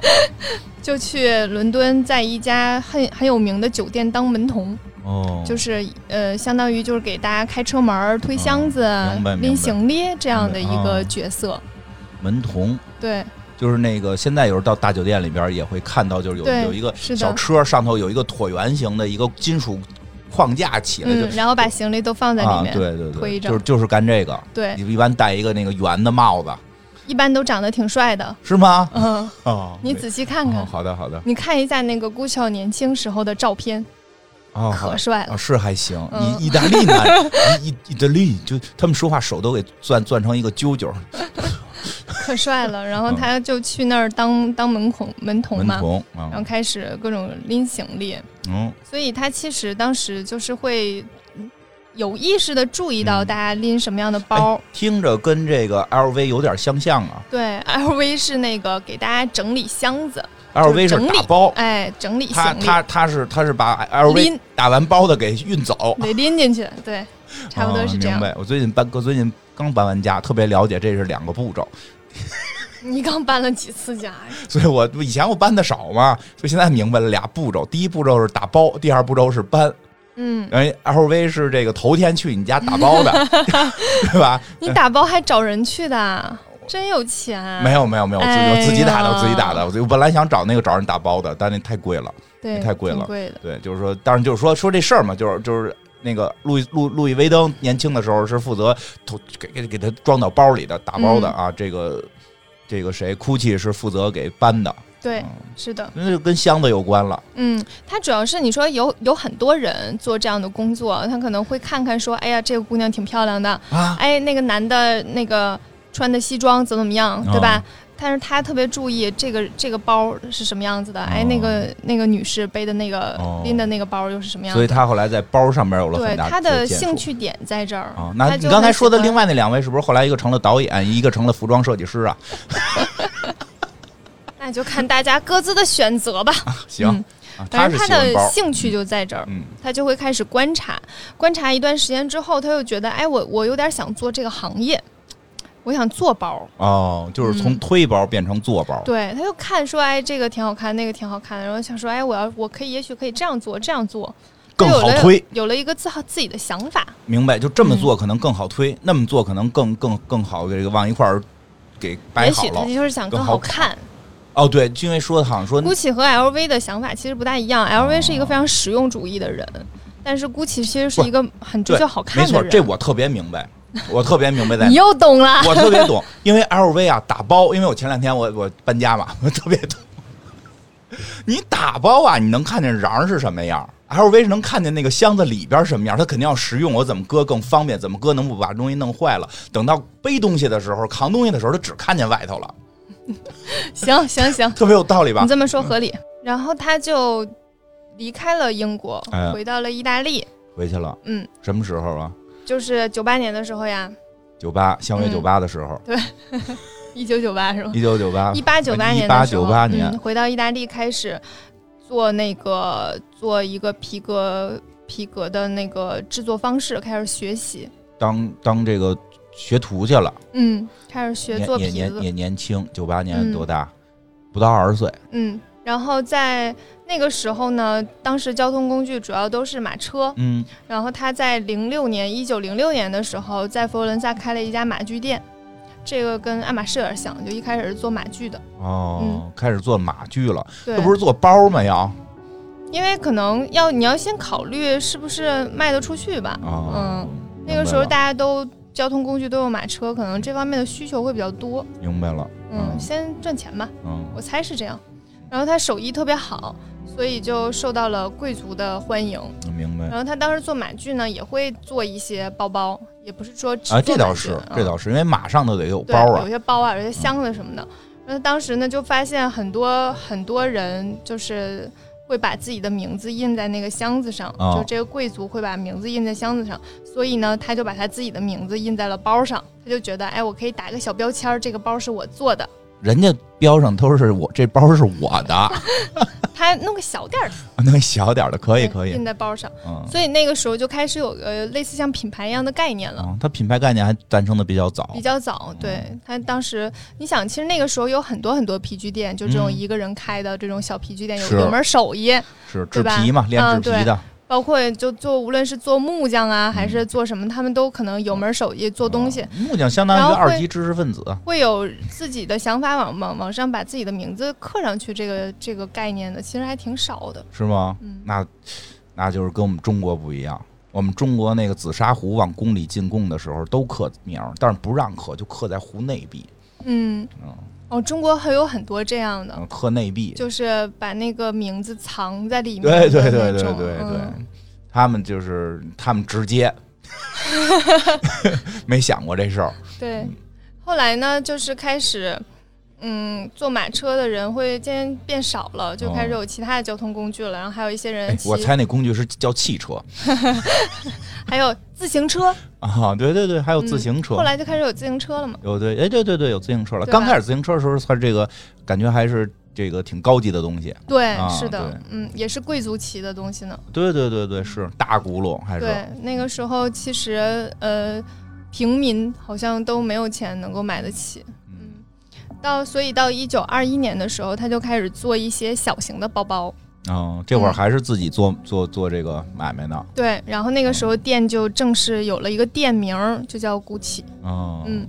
Speaker 1: (laughs) 就去伦敦，在一家很很有名的酒店当门童，
Speaker 2: 哦，
Speaker 1: 就是是呃，相当于就是给大家开车门儿、推箱子、
Speaker 2: 啊明白明白
Speaker 1: 拎行李这样的
Speaker 2: 明白
Speaker 1: 一个
Speaker 2: 哦
Speaker 1: 角色，
Speaker 2: 门童。
Speaker 1: 对
Speaker 2: 就是那个，现在有时候到大酒店里边也会看到，就是有
Speaker 1: 对
Speaker 2: 有一个
Speaker 1: 是的
Speaker 2: 小车上头有一个椭圆形的一个金属框架起来，
Speaker 1: 嗯，
Speaker 2: 就
Speaker 1: 然后把行李都放在里
Speaker 2: 啊，
Speaker 1: 面，
Speaker 2: 对对
Speaker 1: 推
Speaker 2: 对，
Speaker 1: 着
Speaker 2: 就是就是干这个，
Speaker 1: 对，
Speaker 2: 你一般戴一个那个圆的帽子，
Speaker 1: 一般都长得挺帅的，
Speaker 2: 是吗？
Speaker 1: 嗯，
Speaker 2: 哦
Speaker 1: 你仔细看看
Speaker 2: 哦，好的好的，
Speaker 1: 你看一下那个顾笑年轻时候的照片，
Speaker 2: 哦，好
Speaker 1: 可帅
Speaker 2: 哦
Speaker 1: 了。
Speaker 2: 是还行，
Speaker 1: 嗯
Speaker 2: 意意大利男，意意意大利就他们说话手都给攥攥成一个揪揪，
Speaker 1: 可帅了，然后他就去那儿当当门孔门童
Speaker 2: 嗯门
Speaker 1: 嘛，
Speaker 2: 童
Speaker 1: 然
Speaker 2: 啊
Speaker 1: 后，开始各种拎行李，
Speaker 2: 嗯，
Speaker 1: 所以他其实当时就是会嗯有意识的注意到
Speaker 2: 嗯哎
Speaker 1: 大家拎什么样的包。
Speaker 2: 听着跟这个 LV 有点相像啊
Speaker 1: 对，LV 是那个给大家整理箱子，
Speaker 2: ，LV
Speaker 1: 嗯整
Speaker 2: 是
Speaker 1: 理
Speaker 2: 打包，
Speaker 1: 哎，整理
Speaker 2: 他
Speaker 1: 行
Speaker 2: 哦他他是他是把 LV
Speaker 1: 拎
Speaker 2: 打完包的给运走
Speaker 1: 李，，得拎进去，对，差不多
Speaker 2: 哦
Speaker 1: 是这样。
Speaker 2: 明白，我最近搬，我最近刚搬完家，特别了解这是两个步骤。
Speaker 1: 你刚搬了几次家呀？
Speaker 2: 所以我以前我搬的少嘛，所以现在明白了俩步骤：第一步骤是打包，第二步骤是搬。 (laughs)
Speaker 1: 嗯，
Speaker 2: 因为 LV 是这个头天去你家打包
Speaker 1: (laughs)
Speaker 2: 的，对吧？
Speaker 1: 你打包还找人去的
Speaker 2: (laughs)
Speaker 1: 啊，真有钱。
Speaker 2: 没有没有没有，我自
Speaker 1: 哎
Speaker 2: 我自己打的，
Speaker 1: 呀
Speaker 2: 我自己打的。我自己我本来想找那个找人打包的，但那太贵了。
Speaker 1: 对，
Speaker 2: 太贵
Speaker 1: 挺
Speaker 2: 了
Speaker 1: 贵的。
Speaker 2: 对，就是说，当然就是说说这事儿嘛，就是就是那个路易路路易威登年轻的时候是负责投给给给他装到包里的打包
Speaker 1: 嗯
Speaker 2: 的啊，这个这个谁，GUCCI 是负责给搬的，
Speaker 1: 对
Speaker 2: 嗯，
Speaker 1: 是的，
Speaker 2: 那就跟箱子有关了。
Speaker 1: 嗯，他主要是你说有有很多人做这样的工作，他可能会看看说，哎呀，这个姑娘挺漂亮的，
Speaker 2: 啊，
Speaker 1: 哎，那个男的那个穿的西装怎么怎么样，对
Speaker 2: 啊
Speaker 1: 吧？但是他特别注意这个这个包是什么样子的，哎，那个那个女士背的那个、
Speaker 2: 啊哦
Speaker 1: 拎的那个包又是什么样子
Speaker 2: 所以
Speaker 1: 的？
Speaker 2: 他后来在包上面有了
Speaker 1: 对
Speaker 2: 很大
Speaker 1: 他的
Speaker 2: 建
Speaker 1: 兴
Speaker 2: 树
Speaker 1: 趣点在这儿
Speaker 2: 啊。那
Speaker 1: 他
Speaker 2: 你
Speaker 1: 就
Speaker 2: 刚才
Speaker 1: 很
Speaker 2: 说的
Speaker 1: 喜欢
Speaker 2: 另外那两位，是不是后来一个成了导演，一个成了服装设计师啊？
Speaker 1: 那就看大家各自的选择吧。
Speaker 2: 行，
Speaker 1: 嗯
Speaker 2: 啊
Speaker 1: 反正
Speaker 2: 他是
Speaker 1: 他
Speaker 2: 喜欢
Speaker 1: 的
Speaker 2: 包，
Speaker 1: 兴趣就在这儿，
Speaker 2: 嗯
Speaker 1: 他就会开始观察，观察一段时间之后，他又觉得，哎，我我有点想做这个行业，我想做包。
Speaker 2: 哦，就是从
Speaker 1: 嗯
Speaker 2: 推包变成做包，
Speaker 1: 对，他就看说，哎，这个挺好看，那个挺好看的，然后想说，哎，我要我可以，也许可以这样做，这样做，
Speaker 2: 更
Speaker 1: 他有嗯
Speaker 2: 好
Speaker 1: 了
Speaker 2: 推。
Speaker 1: 有了一个自好自己的想法。
Speaker 2: 明白，就这么做可能更好推，那么做可能更更更好，这个往一块儿给摆
Speaker 1: 也
Speaker 2: 好
Speaker 1: 许他
Speaker 2: 了。
Speaker 1: 就是想
Speaker 2: 更
Speaker 1: 更
Speaker 2: 好嗯
Speaker 1: 好看。
Speaker 2: 哦，对，因为说的好像说
Speaker 1: GUCCI 和 LV 的想法其实不大一样，LV 是一
Speaker 2: 哦
Speaker 1: 个非常实用主义的人，但是 GUCCI 其实是
Speaker 2: 不是
Speaker 1: 一个很追
Speaker 2: 对
Speaker 1: 求好，看
Speaker 2: 没
Speaker 1: 的
Speaker 2: 错，
Speaker 1: 人。
Speaker 2: 这我特别明白，我特别明白在
Speaker 1: 你
Speaker 2: 哪。
Speaker 1: 又懂了。 (laughs)
Speaker 2: 我特别懂，因为 LV 啊打包，因为我前两天我我搬家嘛， (laughs) 我特别懂。你打包啊，你能看见瓤儿是什么样，LV 是能看见那个箱子里边什么样，它肯定要实用，我怎么搁更方便，怎么搁能不把东西弄坏了？等到背东西的时候，扛东西的时候，它只看见外头了，
Speaker 1: 行行行，
Speaker 2: 特别有道理吧嗯
Speaker 1: 你？这么说合理。然后他就离开了英国
Speaker 2: 哎，
Speaker 1: 回到了意大利。
Speaker 2: 回去了，
Speaker 1: 嗯，
Speaker 2: 什么时候啊？
Speaker 1: 就是九八年的时候呀，
Speaker 2: 九八，相约
Speaker 1: 嗯
Speaker 2: 九八的时候，
Speaker 1: 一九九八是吗？
Speaker 2: 一九九啊八
Speaker 1: 一，八九八年的时候，
Speaker 2: 1898年
Speaker 1: 嗯，回到意大利开始做那个做一个皮革皮革的那个制作方式，开始学习，
Speaker 2: 当当这个学徒去了，
Speaker 1: 嗯，开始学做
Speaker 2: 也也
Speaker 1: 皮
Speaker 2: 年
Speaker 1: 子，
Speaker 2: 也年轻，九八年
Speaker 1: 嗯
Speaker 2: 多大？不到二十岁。
Speaker 1: 嗯，然后在那个时候呢，当时交通工具主要都是马车，
Speaker 2: 嗯，
Speaker 1: 然后他在零六年，一九零六年的时候，在佛罗伦萨开了一家马具店，这个跟爱马仕有点像，就一开始是做马具的，
Speaker 2: 哦，开始做马具了，
Speaker 1: 嗯对，
Speaker 2: 这不是做包吗？要
Speaker 1: 因为可能要你要先考虑是不是卖得出去吧，
Speaker 2: 哦，
Speaker 1: 嗯那
Speaker 2: 明白
Speaker 1: 个时候
Speaker 2: 了
Speaker 1: 大家都交通工具都有马车，可能这方面的需求会比较多。
Speaker 2: 明白了，
Speaker 1: 嗯，
Speaker 2: 嗯
Speaker 1: 先赚钱吧，
Speaker 2: 嗯
Speaker 1: 我猜是这样。然后他手艺特别好，所以就受到了贵族的欢迎。
Speaker 2: 明白
Speaker 1: 然后他当时做马具呢，也会做一些包包，也不是说只
Speaker 2: 啊，
Speaker 1: 做
Speaker 2: 这倒
Speaker 1: 马具
Speaker 2: 是
Speaker 1: 啊，
Speaker 2: 这倒是，因为马上都得有
Speaker 1: 对
Speaker 2: 包啊
Speaker 1: 有，些包啊，有些箱子什么的。然后当时呢，就发现很多很多人就是会把自己的名字印在那个箱子上，
Speaker 2: 哦
Speaker 1: 就这个贵族会把名字印在箱子上，所以呢，他就把他自己的名字印在了包上，他就觉得，哎，我可以打个小标签儿，这个包是我做
Speaker 2: (laughs)
Speaker 1: 的，
Speaker 2: 人家标上都是我这包是我的， (laughs)
Speaker 1: 他弄个小点儿，
Speaker 2: 那小点儿的可
Speaker 1: 可
Speaker 2: 以可以
Speaker 1: 印，在包上。
Speaker 2: 嗯
Speaker 1: 所以那个时候就开始有呃类似像品牌一样的概念了。
Speaker 2: 嗯，它哦嗯品牌概念还诞生的比较早
Speaker 1: 比，较早，对他当时，你想，其实那个时候有很多很多皮具店，就这种
Speaker 2: 嗯
Speaker 1: 一个人开的这种小皮具店，
Speaker 2: 是
Speaker 1: 有有门手艺，
Speaker 2: 是制
Speaker 1: 对吧
Speaker 2: 皮嘛，练
Speaker 1: 嗯
Speaker 2: 制皮
Speaker 1: 对
Speaker 2: 的，
Speaker 1: 包括就做无论是做木匠
Speaker 2: 嗯
Speaker 1: 啊，还是做什么，他们都可能有门手艺做东西
Speaker 2: 哦，木匠相当于一
Speaker 1: 然
Speaker 2: 个
Speaker 1: 后
Speaker 2: 二
Speaker 1: 会
Speaker 2: 级知识分子，啊
Speaker 1: 会有自己的想法往往往上把自己的名字刻上去，这个这个概念的其实还挺少的。
Speaker 2: 是吗？
Speaker 1: 嗯
Speaker 2: 那那就是跟我们中国不一样。我们中国那个紫砂壶往宫里进贡的时候都刻名儿，但是不让刻，就刻在壶内壁，
Speaker 1: 嗯，
Speaker 2: 嗯
Speaker 1: 哦，中国还有很多这样的，
Speaker 2: 嗯，刻内壁。
Speaker 1: 就是把那个名字藏在里面的
Speaker 2: 对对对
Speaker 1: 那
Speaker 2: 对对
Speaker 1: 种
Speaker 2: 对，
Speaker 1: 嗯
Speaker 2: 他们就是他们
Speaker 1: (laughs)
Speaker 2: 直接，没想过这事儿。
Speaker 1: 对
Speaker 2: 嗯。
Speaker 1: 后来呢，就是开始。嗯，坐马车的人会渐渐变少了，就开始
Speaker 2: 哦
Speaker 1: 有其他的交通工具了。然后还有一些人
Speaker 2: 哎
Speaker 1: 骑，
Speaker 2: 我猜那工具是叫汽车
Speaker 1: 还有自行车。
Speaker 2: 啊，对对对，还有自
Speaker 1: 嗯
Speaker 2: 行车。
Speaker 1: 后来就开始有自行车了嘛。
Speaker 2: 有对，哎对对对，有自行车了。
Speaker 1: 对吧
Speaker 2: 刚开始自行车的时候，它这个感觉还是这个挺高级的东西。
Speaker 1: 对，
Speaker 2: 啊
Speaker 1: 是的
Speaker 2: 对，
Speaker 1: 嗯，也是贵族骑的东西呢。
Speaker 2: 对对对对，是大轱辘还是？
Speaker 1: 对，那个时候其实呃，平民好像都没有钱能够买得起。
Speaker 2: 嗯
Speaker 1: 嗯，到所以到一九二一年的时候，他就开始做一些小型的包包。
Speaker 2: 哦，这
Speaker 1: 嗯
Speaker 2: 会儿还是自己做做做这个买卖呢。
Speaker 1: 对，然后那个时候店就正式有了一个店名儿，就叫 GUCCI。
Speaker 2: 哦，
Speaker 1: 嗯，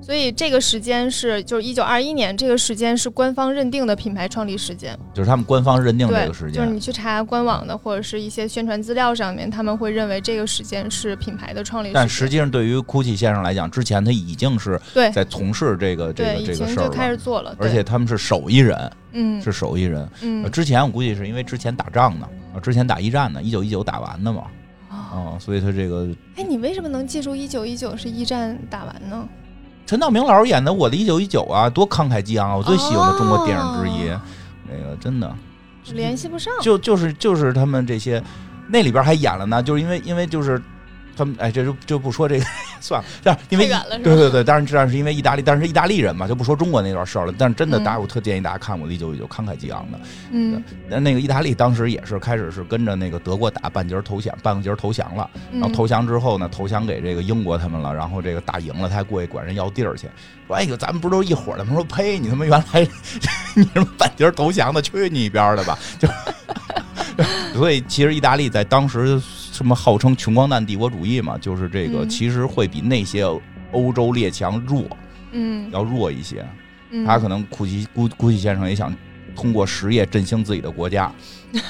Speaker 1: 所以这个时间是就是一九二一年，这个时间是官方认定的品牌创立时间。
Speaker 2: 就是他们官方认定这
Speaker 1: 对
Speaker 2: 个时，
Speaker 1: 就是
Speaker 2: 间。
Speaker 1: 你去查官网的或者是一些宣传资料上面，他们会认为这个时间是品牌的创立
Speaker 2: 但
Speaker 1: 时
Speaker 2: 实
Speaker 1: 间。
Speaker 2: 际上，对于 GUCCI 先生来讲，之前他已经是
Speaker 1: 对
Speaker 2: 在从事这个这
Speaker 1: 对，
Speaker 2: 个
Speaker 1: 已
Speaker 2: 这个
Speaker 1: 经
Speaker 2: 事
Speaker 1: 就
Speaker 2: 儿
Speaker 1: 开
Speaker 2: 了，
Speaker 1: 始做了，
Speaker 2: 而
Speaker 1: 对
Speaker 2: 且他们是手艺人，
Speaker 1: 嗯
Speaker 2: 是手艺人。呃
Speaker 1: 嗯
Speaker 2: 之前我估计是因为之前打仗呢，啊，之前打一战呢，一九一九打完的嘛，
Speaker 1: 哦
Speaker 2: 啊，所以他这个
Speaker 1: 哎，你为什么能记住一九一九是一战打完呢？
Speaker 2: 陈道明老师演的《我的一九一九》啊，多慷慨激昂啊！我最喜欢的中国电影之一，
Speaker 1: 哦
Speaker 2: 那个真的
Speaker 1: 联系不上，
Speaker 2: (laughs) 就就是就是他们这些，那里边还演了呢，就是因为因为就是他们哎，这就就不说这个 (laughs) 算了，但是因为
Speaker 1: 太远了是吧
Speaker 2: 对对对，当然这样是因为意大利，但是意大利人嘛，就不说中国那段事儿了。但是真的，
Speaker 1: 嗯
Speaker 2: 大家我特建议大家看《我的一九一九》，慷慨激昂的。
Speaker 1: 嗯
Speaker 2: 那那个意大利当时也是开始是跟着那个德国打半截儿投降，半个截儿投降了。
Speaker 1: 嗯，
Speaker 2: 然后投降之后呢，投降给这个英国他们了，然后这个打赢了，他还过去管人要地儿去，说：“哎呦，咱们不是都一伙儿的吗？”说：“呸，你他妈原来 (laughs) 你他妈半截儿投降的，去你一边儿的吧！”就， (laughs) 所以其实意大利在当时什么号称穷光蛋帝国主义嘛，就是这个
Speaker 1: 嗯
Speaker 2: 其实会比那些欧洲列强弱，
Speaker 1: 嗯
Speaker 2: 要弱一些。
Speaker 1: 嗯，
Speaker 2: 他可能库奇估估计先生也想通过实业振兴自己的国家，
Speaker 1: 嗯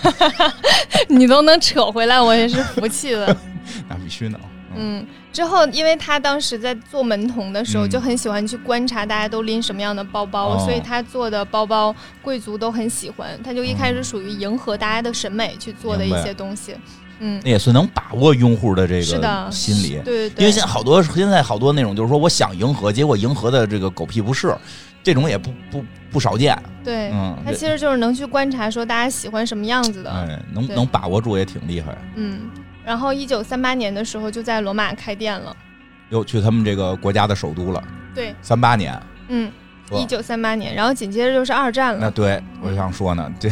Speaker 1: (laughs) 你都能扯回来，我也是服气了。
Speaker 2: 那必须的。嗯
Speaker 1: 嗯，之后因为他当时在做门童的时候，
Speaker 2: 嗯
Speaker 1: 就很喜欢去观察大家都拎什么样的包包，
Speaker 2: 哦
Speaker 1: 所以他做的包包贵族都很喜欢。他就一开始属于迎合大家的审美去做的一
Speaker 2: 明白
Speaker 1: 些东西。嗯，
Speaker 2: 那也是能把握用户的这
Speaker 1: 是的
Speaker 2: 个，心理，
Speaker 1: 对对对，
Speaker 2: 因为现在好多现在好多那种就是说我想迎合，结果迎合的这个狗屁不是，这种也不不不少见。
Speaker 1: 对。
Speaker 2: 嗯，
Speaker 1: 他其实就是能去观察，说大家喜欢什么样子的，
Speaker 2: 哎，能
Speaker 1: 对
Speaker 2: 能把握住也挺厉害。
Speaker 1: 嗯。然后，一九三八年的时候就在罗马开店了，
Speaker 2: 又去他们这个国家的首都了，
Speaker 1: 对，
Speaker 2: 三八年。
Speaker 1: 嗯，
Speaker 2: 是吧
Speaker 1: 一九三八年。然后紧接着就是二战
Speaker 2: 那
Speaker 1: 了，
Speaker 2: 对，我就想说呢，这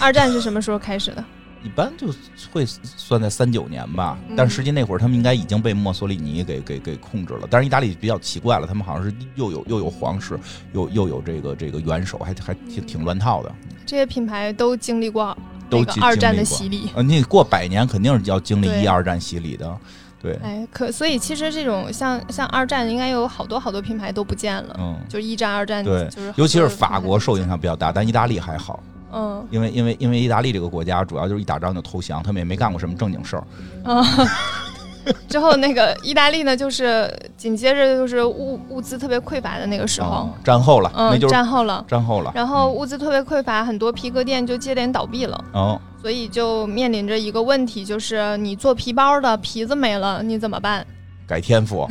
Speaker 1: 二战是什么时候开始的？
Speaker 2: 一般就会算在三九年吧
Speaker 1: 嗯，
Speaker 2: 但实际那会儿他们应该已经被墨索里尼给给给控制了。但是意大利比较奇怪了，他们好像是又有又有皇室，又又有这个这个元首，还还挺挺乱套的。
Speaker 1: 这些品牌都经历过
Speaker 2: 都
Speaker 1: 那
Speaker 2: 经
Speaker 1: 个二战的
Speaker 2: 经历过
Speaker 1: 洗礼。
Speaker 2: 呃，你过百年肯定是要经历
Speaker 1: 对
Speaker 2: 一二战洗礼的，对，
Speaker 1: 哎，可所以其实这种像像二战，应该有好多好多品牌都不见了，
Speaker 2: 嗯，
Speaker 1: 就一战、二战，
Speaker 2: 对
Speaker 1: 就是
Speaker 2: 尤其是
Speaker 1: 好多
Speaker 2: 法国
Speaker 1: 品牌
Speaker 2: 受影响比较大，但意大利还好，
Speaker 1: 嗯
Speaker 2: 因为因为因为意大利这个国家主要就是一打仗就投降，他们也没干过什么正经事儿，
Speaker 1: 啊。之后那个意大利呢，就是紧接着就是物物资特别匮乏的那个时候
Speaker 2: 嗯，战后了，那
Speaker 1: 嗯，
Speaker 2: 就是嗯
Speaker 1: 战后了。
Speaker 2: 战后了，
Speaker 1: 然后物资特别匮乏，很多皮革店就接连倒闭了，
Speaker 2: 哦，
Speaker 1: 所以就面临着一个问题，就是你做皮包的皮子没了，你怎么办？
Speaker 2: 改
Speaker 1: (laughs)
Speaker 2: 天赋，啊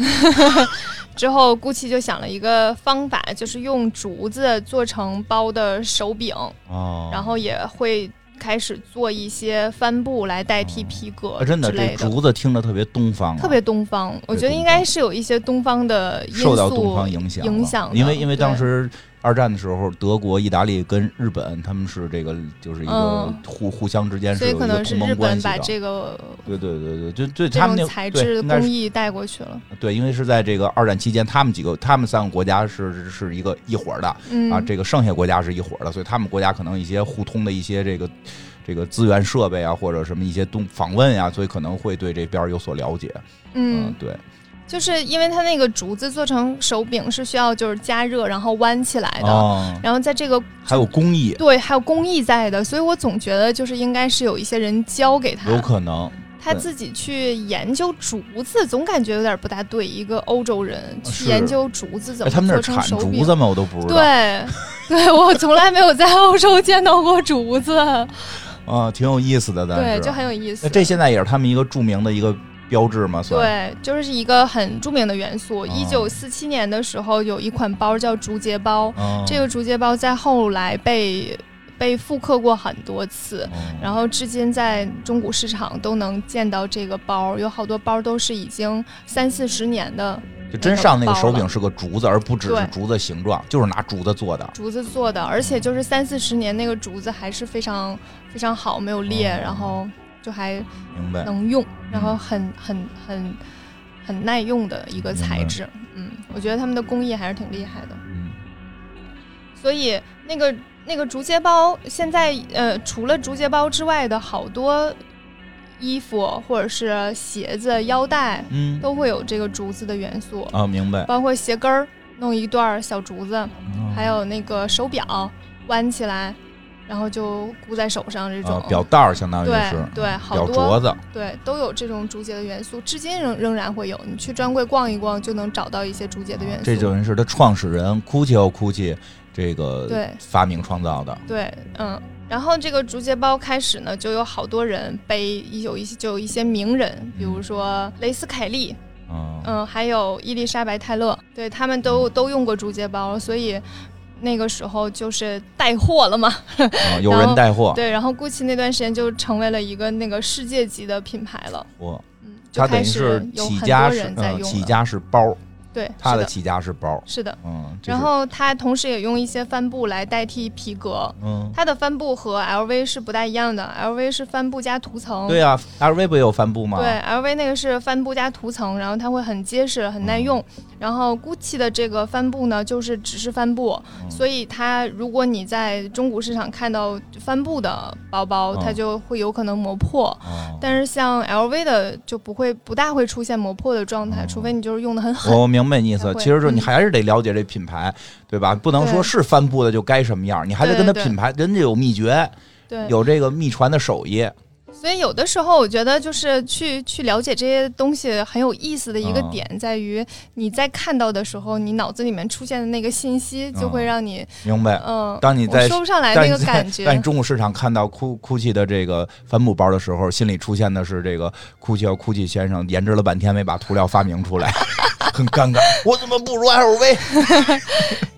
Speaker 1: 之后，GUCCI 就想了一个方法，就是用竹子做成包的手柄，
Speaker 2: 哦，
Speaker 1: 然后也会开始做一些帆布来代替皮革
Speaker 2: 啊真的
Speaker 1: 之
Speaker 2: 这
Speaker 1: 类的，
Speaker 2: 竹子听着特别东方啊，
Speaker 1: 特别东方。我觉得应该是有一些东方的因素
Speaker 2: 受到东方影响
Speaker 1: 影
Speaker 2: 了
Speaker 1: 响的，
Speaker 2: 因为因为当
Speaker 1: 对
Speaker 2: 时二战的时候，德国、意大利跟日本他们是这个就是一个
Speaker 1: 嗯
Speaker 2: 互互相之间是
Speaker 1: 所以
Speaker 2: 有一
Speaker 1: 可
Speaker 2: 个
Speaker 1: 能是
Speaker 2: 同
Speaker 1: 日
Speaker 2: 盟关
Speaker 1: 本
Speaker 2: 系
Speaker 1: 把
Speaker 2: 的。
Speaker 1: 这个
Speaker 2: 对对对对，就对
Speaker 1: 这
Speaker 2: 他们那
Speaker 1: 种材
Speaker 2: 对
Speaker 1: 质
Speaker 2: 应该
Speaker 1: 工
Speaker 2: 是
Speaker 1: 艺带过去了。
Speaker 2: 对，因为是在这个二战期间，他们几个他们三个国家是是一个一伙儿的
Speaker 1: 嗯
Speaker 2: 啊，这个剩下国家是一伙儿的，所以他们国家可能一些互通的一些这个这个资源设备啊，或者什么一些东访问啊，所以可能会对这边儿有所了解。
Speaker 1: 嗯，
Speaker 2: 对，
Speaker 1: 就是因为它那个竹子做成手柄是需要就是加热然后弯起来的，
Speaker 2: 哦，
Speaker 1: 然后在这个
Speaker 2: 还有工艺，
Speaker 1: 对还有工艺在的，所以我总觉得就是应该是有一些人教给他，
Speaker 2: 有可能
Speaker 1: 他
Speaker 2: 对
Speaker 1: 自己去研究竹子，总感觉有点不大对。一个欧洲人去
Speaker 2: 啊是
Speaker 1: 研究竹子怎
Speaker 2: 哎，
Speaker 1: 么
Speaker 2: 他们
Speaker 1: 做
Speaker 2: 那儿
Speaker 1: 成
Speaker 2: 产
Speaker 1: 手
Speaker 2: 竹
Speaker 1: 柄，
Speaker 2: 子吗？我都不知道。
Speaker 1: 对对，我从来没有在欧洲见到过竹
Speaker 2: (laughs)
Speaker 1: 子，
Speaker 2: 啊，挺有意思的，但
Speaker 1: 对，
Speaker 2: 是
Speaker 1: 就很有意思
Speaker 2: 那。这现在也是他们一个著名的一个标志嘛，算。
Speaker 1: 对，就是一个很著名的元
Speaker 2: 哦
Speaker 1: 素。一九四七年的时候，有一款包叫竹节包，
Speaker 2: 哦，
Speaker 1: 这个竹节包在后来被被复刻过很多次，
Speaker 2: 哦，
Speaker 1: 然后至今在中古市场都能见到这个包，有好多包都是已经三四十年的
Speaker 2: 就真上那个
Speaker 1: 包
Speaker 2: 手
Speaker 1: 了
Speaker 2: 柄是个竹子，而不只是
Speaker 1: 对
Speaker 2: 竹子形状，就是拿竹子做的。
Speaker 1: 竹子做的，而且就是三四十年那个竹子还是非常非常好，没有裂，
Speaker 2: 哦
Speaker 1: 然后就还
Speaker 2: 明白。
Speaker 1: 能用，然后很很很很耐用的一个材质。嗯，我觉得他们的工艺还是挺厉害的。
Speaker 2: 嗯，
Speaker 1: 所以那个那个竹节包，现在呃，除了竹节包之外的好多衣服或者是鞋子、腰带
Speaker 2: 嗯
Speaker 1: 都会有这个竹子的元素，
Speaker 2: 啊，明白。
Speaker 1: 包括鞋跟儿弄一段儿小竹子，还有那个手表弯起来，然后就箍在手上这
Speaker 2: 啊
Speaker 1: 种。
Speaker 2: 表带儿相当于
Speaker 1: 对
Speaker 2: 是啊
Speaker 1: 对，好
Speaker 2: 表
Speaker 1: 多
Speaker 2: 镯子，
Speaker 1: 对，都有这种竹节的元素，至今仍仍然会有。你去专柜逛一逛，就能找到一些竹节的元素。
Speaker 2: 这等于是它创始人 Gucci 和 Gucci 这个
Speaker 1: 对
Speaker 2: 发明创造的。
Speaker 1: 对，嗯。然后这个竹节包开始呢，就有好多人背，有一些就有一些名人，比如说雷斯凯利，
Speaker 2: 嗯
Speaker 1: 嗯，还有伊丽莎白泰勒，对他们都都用过竹节包，所以那个时候就是带货了嘛。
Speaker 2: 啊，有
Speaker 1: 然
Speaker 2: 人
Speaker 1: 后
Speaker 2: 带货，
Speaker 1: 对，然后 GUCCI 那段时间就成为了一个那个世界级的品牌了，
Speaker 2: 我
Speaker 1: 嗯，就
Speaker 2: 它等
Speaker 1: 开
Speaker 2: 于
Speaker 1: 始
Speaker 2: 是
Speaker 1: 有
Speaker 2: 起
Speaker 1: 很
Speaker 2: 家
Speaker 1: 多
Speaker 2: 是
Speaker 1: 人在
Speaker 2: 嗯，
Speaker 1: 用
Speaker 2: 起
Speaker 1: 了。
Speaker 2: 家是包，
Speaker 1: 对，
Speaker 2: 它
Speaker 1: 是
Speaker 2: 的
Speaker 1: 的，
Speaker 2: 起家是包，
Speaker 1: 是的。
Speaker 2: 嗯，这
Speaker 1: 然
Speaker 2: 是
Speaker 1: 后它同时也用一些帆布来代替皮革，
Speaker 2: 嗯，
Speaker 1: 它的帆布和 LV 是不大一样的，LV 是帆布加涂层。
Speaker 2: 对啊，LV 不也有帆布吗？
Speaker 1: 对 LV 那个是帆布加涂层，然后它会很结实、很
Speaker 2: 嗯
Speaker 1: 耐用。然后 GUCCI 的这个帆布呢，就是只是帆布，
Speaker 2: 嗯
Speaker 1: 所以它如果你在中古市场看到帆布的包包，
Speaker 2: 嗯
Speaker 1: 它就会有可能磨破。
Speaker 2: 哦，
Speaker 1: 但是像 LV 的就不会不大会出现磨破的状态，
Speaker 2: 哦
Speaker 1: 除非你就是用的很
Speaker 2: (laughs)
Speaker 1: 狠。
Speaker 2: 我哦明白你意思
Speaker 1: 它，会
Speaker 2: 其实就是你
Speaker 1: 嗯
Speaker 2: 还是得了解这品牌，对吧？不能说
Speaker 1: 对
Speaker 2: 是帆布的就该什么样，你还得
Speaker 1: 对
Speaker 2: 跟它
Speaker 1: 对
Speaker 2: 品牌，人家有秘诀，
Speaker 1: 对，
Speaker 2: 有这个秘传的手艺。
Speaker 1: 所以有的时候，我觉得就是去去了解这些东西很有意思的一个
Speaker 2: 嗯
Speaker 1: 点，在于你在看到的时候，你脑子里面出现的那个信息，就会
Speaker 2: 嗯
Speaker 1: 让你
Speaker 2: 明白？
Speaker 1: 嗯，
Speaker 2: 当你
Speaker 1: 我
Speaker 2: 在
Speaker 1: 说不上来
Speaker 2: 但
Speaker 1: 那个
Speaker 2: 你 (laughs) 在
Speaker 1: 感觉
Speaker 2: 但。你中国市场看到 Gu Gucci 的这个帆布包的时候，心里出现的是这个 Gucci 和 Gucci 先生研制了半天没把涂料发明出来， (laughs) 很尴尬。我怎么不如 LV？
Speaker 1: 呃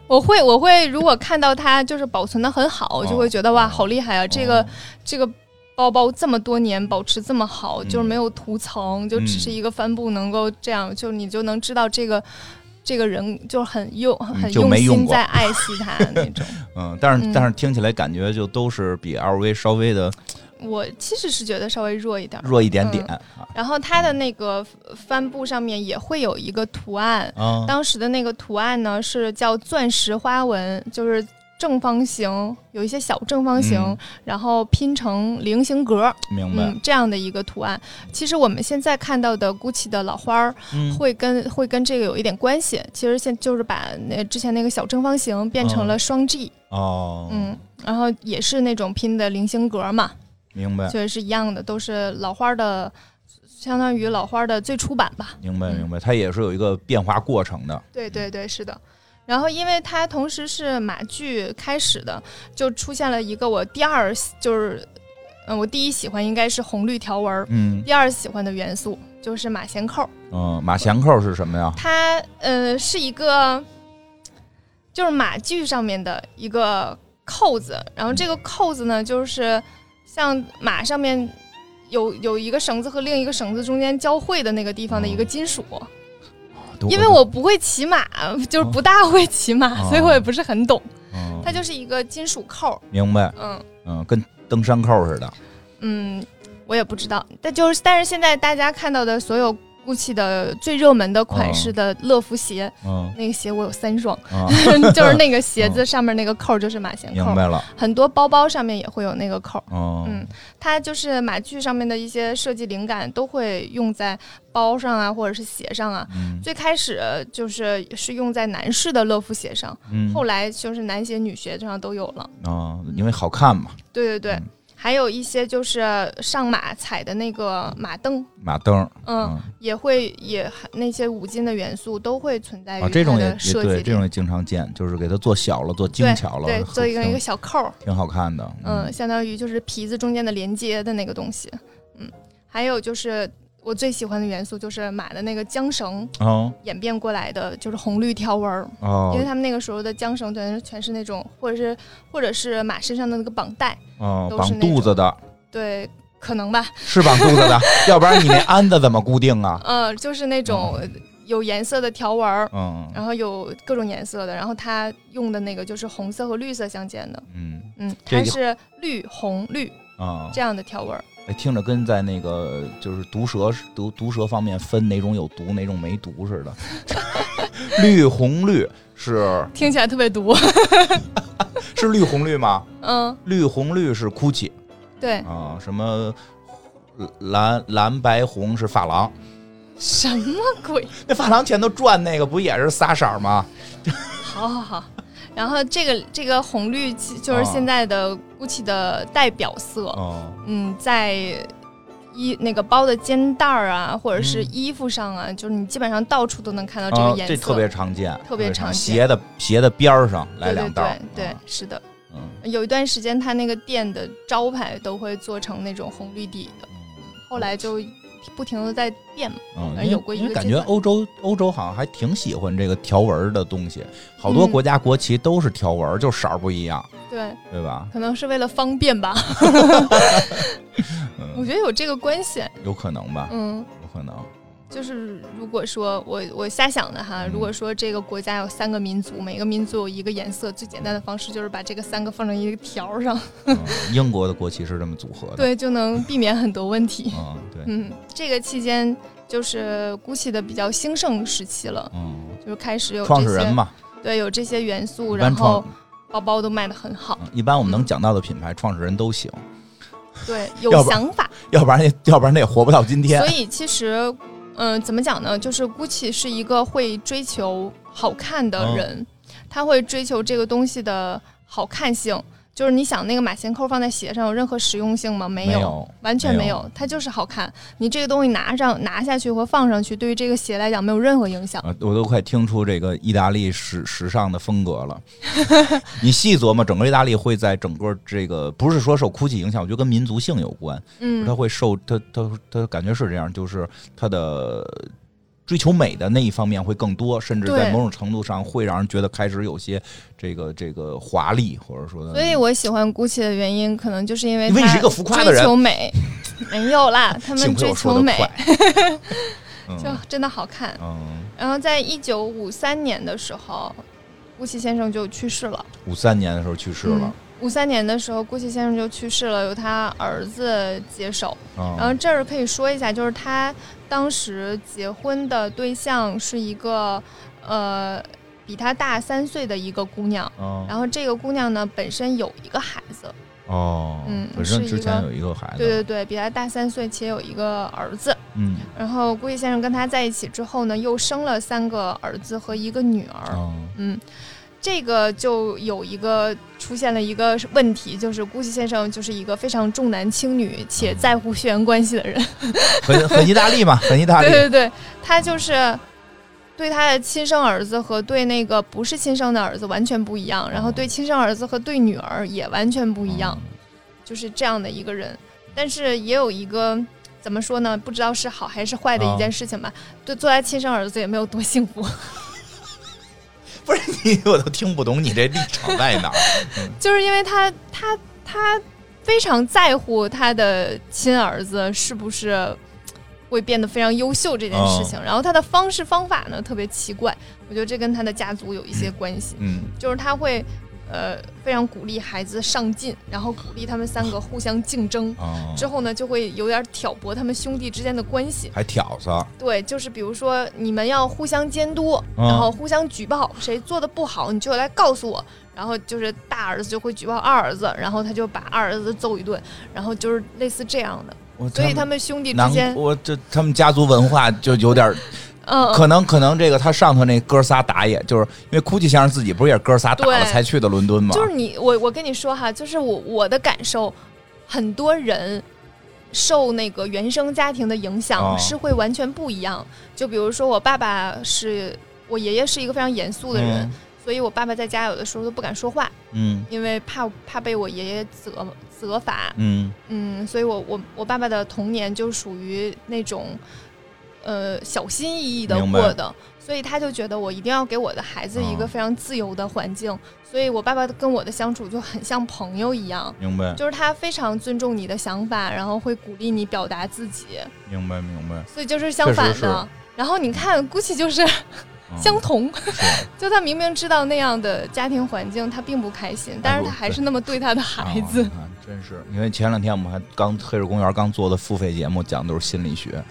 Speaker 1: 我会我会，如果看到它就是保存的很好，我就会觉得哇，
Speaker 2: 哦
Speaker 1: 好厉害啊！这个
Speaker 2: 哦
Speaker 1: 这个包包这么多年保持这么好，
Speaker 2: 嗯
Speaker 1: 就是没有涂层，就只是
Speaker 2: 嗯
Speaker 1: 一个帆布能够这样，就你就能知道这个。这个人就很用很
Speaker 2: 嗯就
Speaker 1: 用
Speaker 2: 没用
Speaker 1: 心
Speaker 2: 过
Speaker 1: 在爱惜它那
Speaker 2: (laughs)
Speaker 1: 种，
Speaker 2: 嗯，但是
Speaker 1: 嗯
Speaker 2: 但是听起来感觉就都是比 LV 稍微的
Speaker 1: 我其实是觉得稍微弱一点儿，
Speaker 2: 弱一点点啊
Speaker 1: 然后它的那个帆布上面也会有一个图案，
Speaker 2: 啊。
Speaker 1: 当时的那个图案呢是叫钻石花纹，就是正方形，有一些小正方形，
Speaker 2: 嗯
Speaker 1: 然后拼成菱形格，
Speaker 2: 明白
Speaker 1: 嗯，，这样的一个图案。其实我们现在看到的 GUCCI 的老花儿
Speaker 2: 嗯，
Speaker 1: 会跟、会跟这个有一点关系，其实现就是把那之前那个小正方形变成了双 G，
Speaker 2: 嗯哦，
Speaker 1: 嗯，然后也是那种拼的菱形格嘛，
Speaker 2: 明白，
Speaker 1: 所以是一样的，都是老花儿的，相当于老花儿的最初版吧。
Speaker 2: 明白，
Speaker 1: 嗯
Speaker 2: 明白，它也是有一个变化过程的。
Speaker 1: 对对对，是的。然后，因为它同时是马剧开始的，就出现了一个我第二喜就是，嗯，我第一喜欢应该是红绿条纹儿，
Speaker 2: 嗯
Speaker 1: 第二喜欢的元素就是马衔扣儿。
Speaker 2: 嗯，马衔扣是什么呀？
Speaker 1: 它呃是一个，就是马具上面的一个扣子，然后这个扣子呢，就是像马上面有有一个绳子和另一个绳子中间交汇的那个地方的一个金属。因为我不会骑马，就是不大会骑马，
Speaker 2: 哦
Speaker 1: 所以我也不是很懂。
Speaker 2: 嗯
Speaker 1: 它就是一个金属扣，
Speaker 2: 明白，
Speaker 1: 嗯
Speaker 2: 嗯，跟登山扣似的。
Speaker 1: 嗯，我也不知道。但就是，但是现在大家看到的所有 GUCCI 的最热门的款式的乐福鞋，
Speaker 2: 嗯
Speaker 1: 那个鞋我有三双， (laughs)
Speaker 2: 啊， (laughs)
Speaker 1: 就是那个鞋子上面那个扣就是马衔
Speaker 2: 嗯明
Speaker 1: 扣，
Speaker 2: 白了。
Speaker 1: 很多包包上面也会有那个扣。
Speaker 2: 嗯
Speaker 1: 嗯，它就是马具上面的一些设计灵感都会用在包上啊，或者是鞋上啊。
Speaker 2: 嗯
Speaker 1: 最开始就是是用在男士的乐福鞋上，
Speaker 2: 嗯
Speaker 1: 后来就是男鞋、女鞋上都有了。
Speaker 2: 啊，因为好看嘛，
Speaker 1: 对对对，
Speaker 2: 嗯
Speaker 1: 还有一些就是上马踩的那个马蹬，
Speaker 2: 马灯儿。
Speaker 1: 嗯，
Speaker 2: 嗯
Speaker 1: 也会也那些五金的元素都会存在于
Speaker 2: 啊，这种
Speaker 1: 它
Speaker 2: 也
Speaker 1: 的
Speaker 2: 也
Speaker 1: 设计
Speaker 2: 对，
Speaker 1: 里。
Speaker 2: 这种也经常见，就是给它做小了，做精
Speaker 1: 对
Speaker 2: 巧了，
Speaker 1: 对，做一个一
Speaker 2: 挺
Speaker 1: 个小扣儿，
Speaker 2: 挺好看的。
Speaker 1: 嗯，，相当于就是皮子中间的连接的那个东西，嗯，还有就是我最喜欢的元素就是马的那个缰绳
Speaker 2: 哦
Speaker 1: 演变过来的，就是红绿条纹儿，嗯因为
Speaker 2: 哦
Speaker 1: 他们那个时候的缰绳全是全是那种，或者是或者是马身上的那个绑带，
Speaker 2: 哦，
Speaker 1: 都是那
Speaker 2: 绑肚子的
Speaker 1: 对，可能吧，
Speaker 2: 是绑肚子
Speaker 1: (laughs)
Speaker 2: 的，要不然你那鞍子怎么固定啊？
Speaker 1: 嗯，就是那种有颜色的条纹儿，
Speaker 2: 嗯
Speaker 1: 然后有各种颜色的，然后它用的那个就是红色和绿色相间的，
Speaker 2: 嗯
Speaker 1: 嗯，
Speaker 2: 这
Speaker 1: 它
Speaker 2: 个
Speaker 1: 是绿红绿
Speaker 2: 啊，
Speaker 1: 这样的条纹儿，
Speaker 2: 哎听着跟在那个就是毒蛇毒毒蛇方面分哪种有毒哪种没毒 (laughs) 似的。绿红绿是
Speaker 1: 听起来特别毒。
Speaker 2: 是绿红绿吗？
Speaker 1: 嗯，
Speaker 2: 绿红绿是 GUCCI
Speaker 1: 对，
Speaker 2: 啊、什么蓝蓝白红是发廊，
Speaker 1: 什么鬼？
Speaker 2: 那发廊钱都赚那个不也是仨色儿吗？
Speaker 1: (laughs) 好好好。然后这个这个红绿其就是
Speaker 2: 啊
Speaker 1: 现在的 GUCCI 的代表色，
Speaker 2: 哦，
Speaker 1: 嗯，在衣那个包的肩带儿啊，或者是
Speaker 2: 嗯
Speaker 1: 衣服上啊，就是你基本上到处都能看到
Speaker 2: 啊
Speaker 1: 个哦颜色，
Speaker 2: 这特别常见，
Speaker 1: 特别常见
Speaker 2: 鞋的鞋的边儿上来两道
Speaker 1: 对
Speaker 2: 儿，
Speaker 1: 对对
Speaker 2: 啊
Speaker 1: 对，是的。
Speaker 2: 嗯，
Speaker 1: 有一段时间，他那个店的招牌都会做成那种红绿底的，后来就不停的在变嘛。
Speaker 2: 嗯，
Speaker 1: 呃
Speaker 2: 因为
Speaker 1: 有过一
Speaker 2: 因为
Speaker 1: 个
Speaker 2: 感
Speaker 1: 阶
Speaker 2: 觉
Speaker 1: 段
Speaker 2: 欧洲欧洲好像还挺喜欢这个条纹的东西，好多
Speaker 1: 嗯
Speaker 2: 国家国旗都是条纹，就色儿不一样，
Speaker 1: 对，
Speaker 2: 对吧？
Speaker 1: 可能是为了方便吧， (laughs) 我
Speaker 2: (laughs) 嗯，
Speaker 1: 觉得有这个关系。
Speaker 2: 有可能吧，
Speaker 1: 嗯，
Speaker 2: 有可能。
Speaker 1: 就是如果说我我瞎想的哈，
Speaker 2: 嗯
Speaker 1: 如果说这个国家有三个民族，每个民族有一个颜色，最简单的方式就是把这个三个放成一个条儿上，
Speaker 2: 嗯 (laughs) 英国的国旗是这么组合的，
Speaker 1: 对，就能避免很多问题。
Speaker 2: 嗯，对，
Speaker 1: 嗯，这个期间就是 GUCCI 的比较兴盛时期了，
Speaker 2: 嗯，
Speaker 1: 就是开始有
Speaker 2: 创
Speaker 1: 这
Speaker 2: 始
Speaker 1: 些
Speaker 2: 人嘛，
Speaker 1: 对，有这些元素，
Speaker 2: 一
Speaker 1: 然
Speaker 2: 般
Speaker 1: 后
Speaker 2: 创，
Speaker 1: 包包都卖得很好。
Speaker 2: 嗯一般我们能讲到的品牌，创始人都行， (laughs)
Speaker 1: 对，有
Speaker 2: 嗯要不
Speaker 1: 想法。
Speaker 2: 要不然也要不然他也活不到 (laughs) 今天
Speaker 1: 所。以其实，嗯、怎么讲呢？就是 GUCCI 是一个会追求好看的
Speaker 2: 嗯
Speaker 1: 人，他会追求这个东西的好看性。就是你想那个马衔扣放在鞋上有任何实用性吗？没
Speaker 2: 有，
Speaker 1: 完全
Speaker 2: 没
Speaker 1: 没
Speaker 2: 有
Speaker 1: 有，它就是好看。你这个东西拿上、拿下去和放上去，对于这个鞋来讲没有任何影响。
Speaker 2: 啊，我都快听出这个意大利时时尚的风格
Speaker 1: (laughs)
Speaker 2: 了。你细琢磨，整个意大利会在整个这个不是说受 GUCCI 影响，我觉得跟民族性有关，
Speaker 1: 嗯，
Speaker 2: 它会受它它它感觉是这样，就是它的追求美的那一方面会更多，甚至在
Speaker 1: 对
Speaker 2: 某种程度上会让人觉得开始有些这个这个华丽，或者说的
Speaker 1: 所以我喜欢 GUCCI 的原因，可能就是因为
Speaker 2: 因为你
Speaker 1: 它
Speaker 2: 是一个浮夸的人
Speaker 1: 追求美，没有
Speaker 2: (laughs)
Speaker 1: 啦，他
Speaker 2: 幸
Speaker 1: 们
Speaker 2: 亏
Speaker 1: 追
Speaker 2: 我说
Speaker 1: 求
Speaker 2: 的
Speaker 1: 美 (laughs)
Speaker 2: 快，
Speaker 1: 就
Speaker 2: 嗯
Speaker 1: 真的好看。
Speaker 2: 嗯，
Speaker 1: 然后在一九五三年的时候，顾惜先生就去世了。
Speaker 2: 五三年的时候去世了，
Speaker 1: 五三年的时候，顾惜先生就去世了，由他儿子接手。然后
Speaker 2: 嗯
Speaker 1: 这儿可以说一下，就是他当时结婚的对象是一个，呃，比他大三岁的一个姑娘。
Speaker 2: 嗯
Speaker 1: 然后这个姑娘呢，本身有一个孩子，
Speaker 2: 哦
Speaker 1: 嗯，
Speaker 2: 本身
Speaker 1: 是
Speaker 2: 之
Speaker 1: 一
Speaker 2: 前
Speaker 1: 个
Speaker 2: 有一个孩子，
Speaker 1: 对对对，比他大三岁且有一个儿子。
Speaker 2: 嗯
Speaker 1: 然后顾惜先生跟他在一起之后呢，又生了三个儿子和一个女儿。
Speaker 2: 嗯
Speaker 1: 嗯，这个就有一个出现了一个问题，就是顾惜先生就是一个非常重男轻女且在乎血缘关系的人。
Speaker 2: 很很意大利嘛，很意大利
Speaker 1: 对，对对，他就是。对他的亲生儿子和对那个不是亲生的儿子完全不一样，然后对亲生儿子和对女儿也完全不
Speaker 2: 不
Speaker 1: 一样，。
Speaker 2: 嗯
Speaker 1: 就是这样的一个人。但是也有一个怎么说呢？不知道是好还是坏的一件事情吧。对，做他亲生儿子也没有多幸福，
Speaker 2: 不是你，我都听不懂你这立场在哪儿。
Speaker 1: 就是因为他他他非常在乎他的亲儿子是不是会变得非常优秀这件事情，然后他的方式方法呢特别奇怪，我觉得这跟他的家族有一些关系， (laughs)
Speaker 2: 嗯，
Speaker 1: 就是他会呃非常鼓励孩子上进，然后鼓励他们三个互相竞争。
Speaker 2: 哦，
Speaker 1: 之后呢，就会有点挑拨他们兄弟之间的关系。
Speaker 2: 还挑唆，
Speaker 1: 对，就是比如说你们要互相监督，
Speaker 2: 嗯
Speaker 1: 然后互相举报，谁做的不好你就来告诉我。然后就是大儿子就会举报二儿子，然后他就把二儿子揍一顿，然后就是类似这样的。
Speaker 2: 我
Speaker 1: 所以他们兄弟之
Speaker 2: 难
Speaker 1: 间，
Speaker 2: 我这他们家族文化就有点儿，
Speaker 1: 嗯，
Speaker 2: 可能可能这个他上头那哥仨打也，就是因为哭泣先生自己不是也是哥仨打了
Speaker 1: 对
Speaker 2: 才去的伦敦嘛，
Speaker 1: 嗯就是你我我跟你说哈，就是我我的感受，很多人受那个原生家庭的影
Speaker 2: 哦
Speaker 1: 响是会完全不一样。就比如说我爸爸是我爷爷是一个非常严肃的人，所以我爸爸在家有的时候都不敢说话，
Speaker 2: 嗯，
Speaker 1: 因为怕怕被我爷爷责责罚。
Speaker 2: 嗯
Speaker 1: 嗯，所以我我我爸爸的童年就属于那种，呃，小心翼翼的
Speaker 2: 明白
Speaker 1: 过的，所以他就觉得我一定要给我的孩子一个
Speaker 2: 哦
Speaker 1: 非常自由的环境，所以我爸爸跟我的相处就很像朋友一样，
Speaker 2: 嗯，明白
Speaker 1: (laughs) 就是他非常尊重你的想法，然后会鼓励你表达自己，
Speaker 2: 明白明白，
Speaker 1: 所以就是相反
Speaker 2: 确实是
Speaker 1: 的。然后你看，GUCCI 就是
Speaker 2: 嗯
Speaker 1: 相同，
Speaker 2: 是
Speaker 1: (laughs) 就他明明知道那样的家庭环境，他并不开心，但是他还是那么对他的孩子。
Speaker 2: 啊啊真是，因为前两天我们还刚黑水公园刚做的付费节目，讲的都是心理学。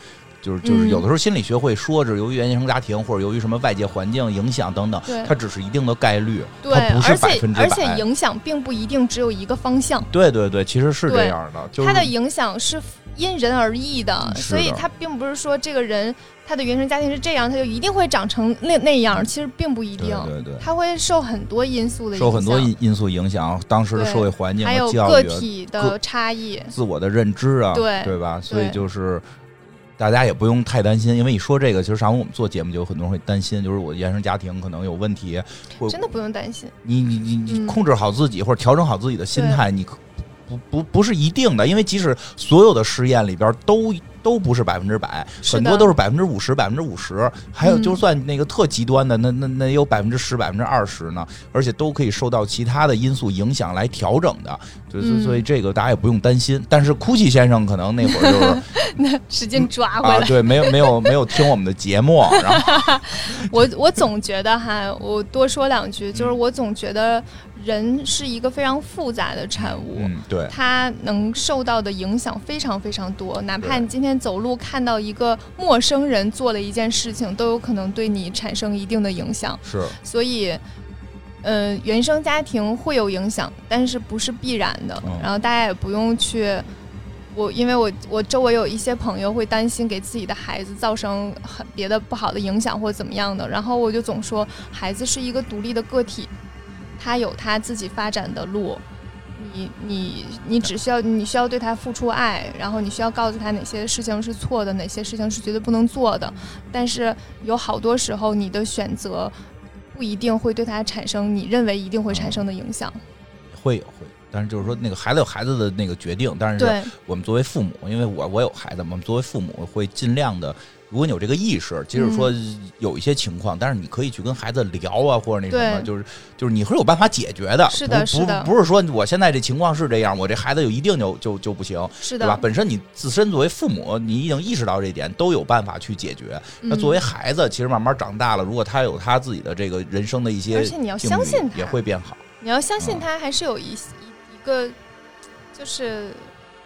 Speaker 2: 就是就是
Speaker 1: 嗯
Speaker 2: 有的时候心理学会说，是由于原生家庭或者由于什么外界环境影响等等，
Speaker 1: 对
Speaker 2: 它只是一定的概率，
Speaker 1: 对
Speaker 2: 它不，是
Speaker 1: 而
Speaker 2: 百
Speaker 1: 且
Speaker 2: 分之
Speaker 1: 而且
Speaker 2: 百。
Speaker 1: 影响并不一定只有一个方向，
Speaker 2: 对对对，其实是这
Speaker 1: 对
Speaker 2: 样的，就是嗯
Speaker 1: 它的影响是因人而异的，
Speaker 2: 是
Speaker 1: 所以
Speaker 2: 的
Speaker 1: 它并不是说这个人他的原生家庭是这样，他就一定会长成那那样，其实并不一定，
Speaker 2: 对对对，
Speaker 1: 他会受很多因素的影响，
Speaker 2: 受很多因因素影响，当时的
Speaker 1: 对
Speaker 2: 社会环境
Speaker 1: 还有
Speaker 2: 和
Speaker 1: 个
Speaker 2: 教育啊、
Speaker 1: 体
Speaker 2: 个
Speaker 1: 的差异，
Speaker 2: 自我的认知啊，
Speaker 1: 对
Speaker 2: 吧？所以
Speaker 1: 对
Speaker 2: 就是大家也不用太担心，因为一说这个，其实上午我们做节目就有很多人会担心，就是我的原生家庭可能有问题，我
Speaker 1: 真的不用担心。 (laughs)
Speaker 2: 你你你你
Speaker 1: 嗯
Speaker 2: 控制好自己、或者调整好自己的心态，你可不不不是一定的，因为即使所有的实验里边都。都不是百分之百，
Speaker 1: 是
Speaker 2: 很
Speaker 1: 的
Speaker 2: 多都是百分之五十、百分之五十，还有
Speaker 1: 嗯
Speaker 2: 就算那个特极端的，那那那也有百分之十、百分之二十呢，而且都可以受到其他的因素影响来调整的，所以
Speaker 1: 嗯
Speaker 2: 所以这个大家也不用担心。但是哭泣先生可能那会儿就是
Speaker 1: (laughs) 那使劲抓回
Speaker 2: 啊，
Speaker 1: 来。
Speaker 2: 对，没有没有没有听我们的节目，然
Speaker 1: (laughs)
Speaker 2: 后
Speaker 1: 我我总觉得哈，我多说两句，就是
Speaker 2: 啊嗯
Speaker 1: 我总觉得人是一个非常复杂的产物。
Speaker 2: 嗯，对，
Speaker 1: 它能受到的影响非常非常多，哪怕
Speaker 2: 对
Speaker 1: 你今天走路看到一个陌生人做了一件事情，都有可能对你产生一定的影响。
Speaker 2: 是
Speaker 1: 所以，呃，原生家庭会有影响，但是不是必然的。
Speaker 2: 嗯
Speaker 1: 然后大家也不用去，我因为我我周围有一些朋友会担心给自己的孩子造成很别的不好的影响或怎么样的，然后我就总说孩子是一个独立的个体，他有他自己发展的路。你你你只需要你需要对他付出爱，然后你需要告诉他哪些事情是错的，哪些事情是绝对不能做的。但是有好多时候，你的选择不一定会对他产生你认为一定会产生的影响。
Speaker 2: 会会，但是就是说那个孩子有孩子的那个决定，但是
Speaker 1: 对，
Speaker 2: 我们作为父母，因为我我有孩子嘛，我们作为父母会尽量的，如果你有这个意识，即使说
Speaker 1: 嗯
Speaker 2: 有一些情况，但是你可以去跟孩子聊啊，或者那什么，
Speaker 1: 对
Speaker 2: 就是就是你会有办法解决的。
Speaker 1: 是的
Speaker 2: 不
Speaker 1: 是的
Speaker 2: 不不是说我现在这情况是这样，我这孩子就一定就就就不行，
Speaker 1: 是
Speaker 2: 对吧
Speaker 1: 的？，
Speaker 2: 本身你自身作为父母，你已经意识到这一点，都有办法去解决。那
Speaker 1: 嗯
Speaker 2: 作为孩子，其实慢慢长大了，如果他有他自己的这个人生的一些
Speaker 1: 而
Speaker 2: 境
Speaker 1: 且
Speaker 2: 遇，
Speaker 1: 你要相信他
Speaker 2: 也会嗯变好。
Speaker 1: 你要相信他还是有一一一个就是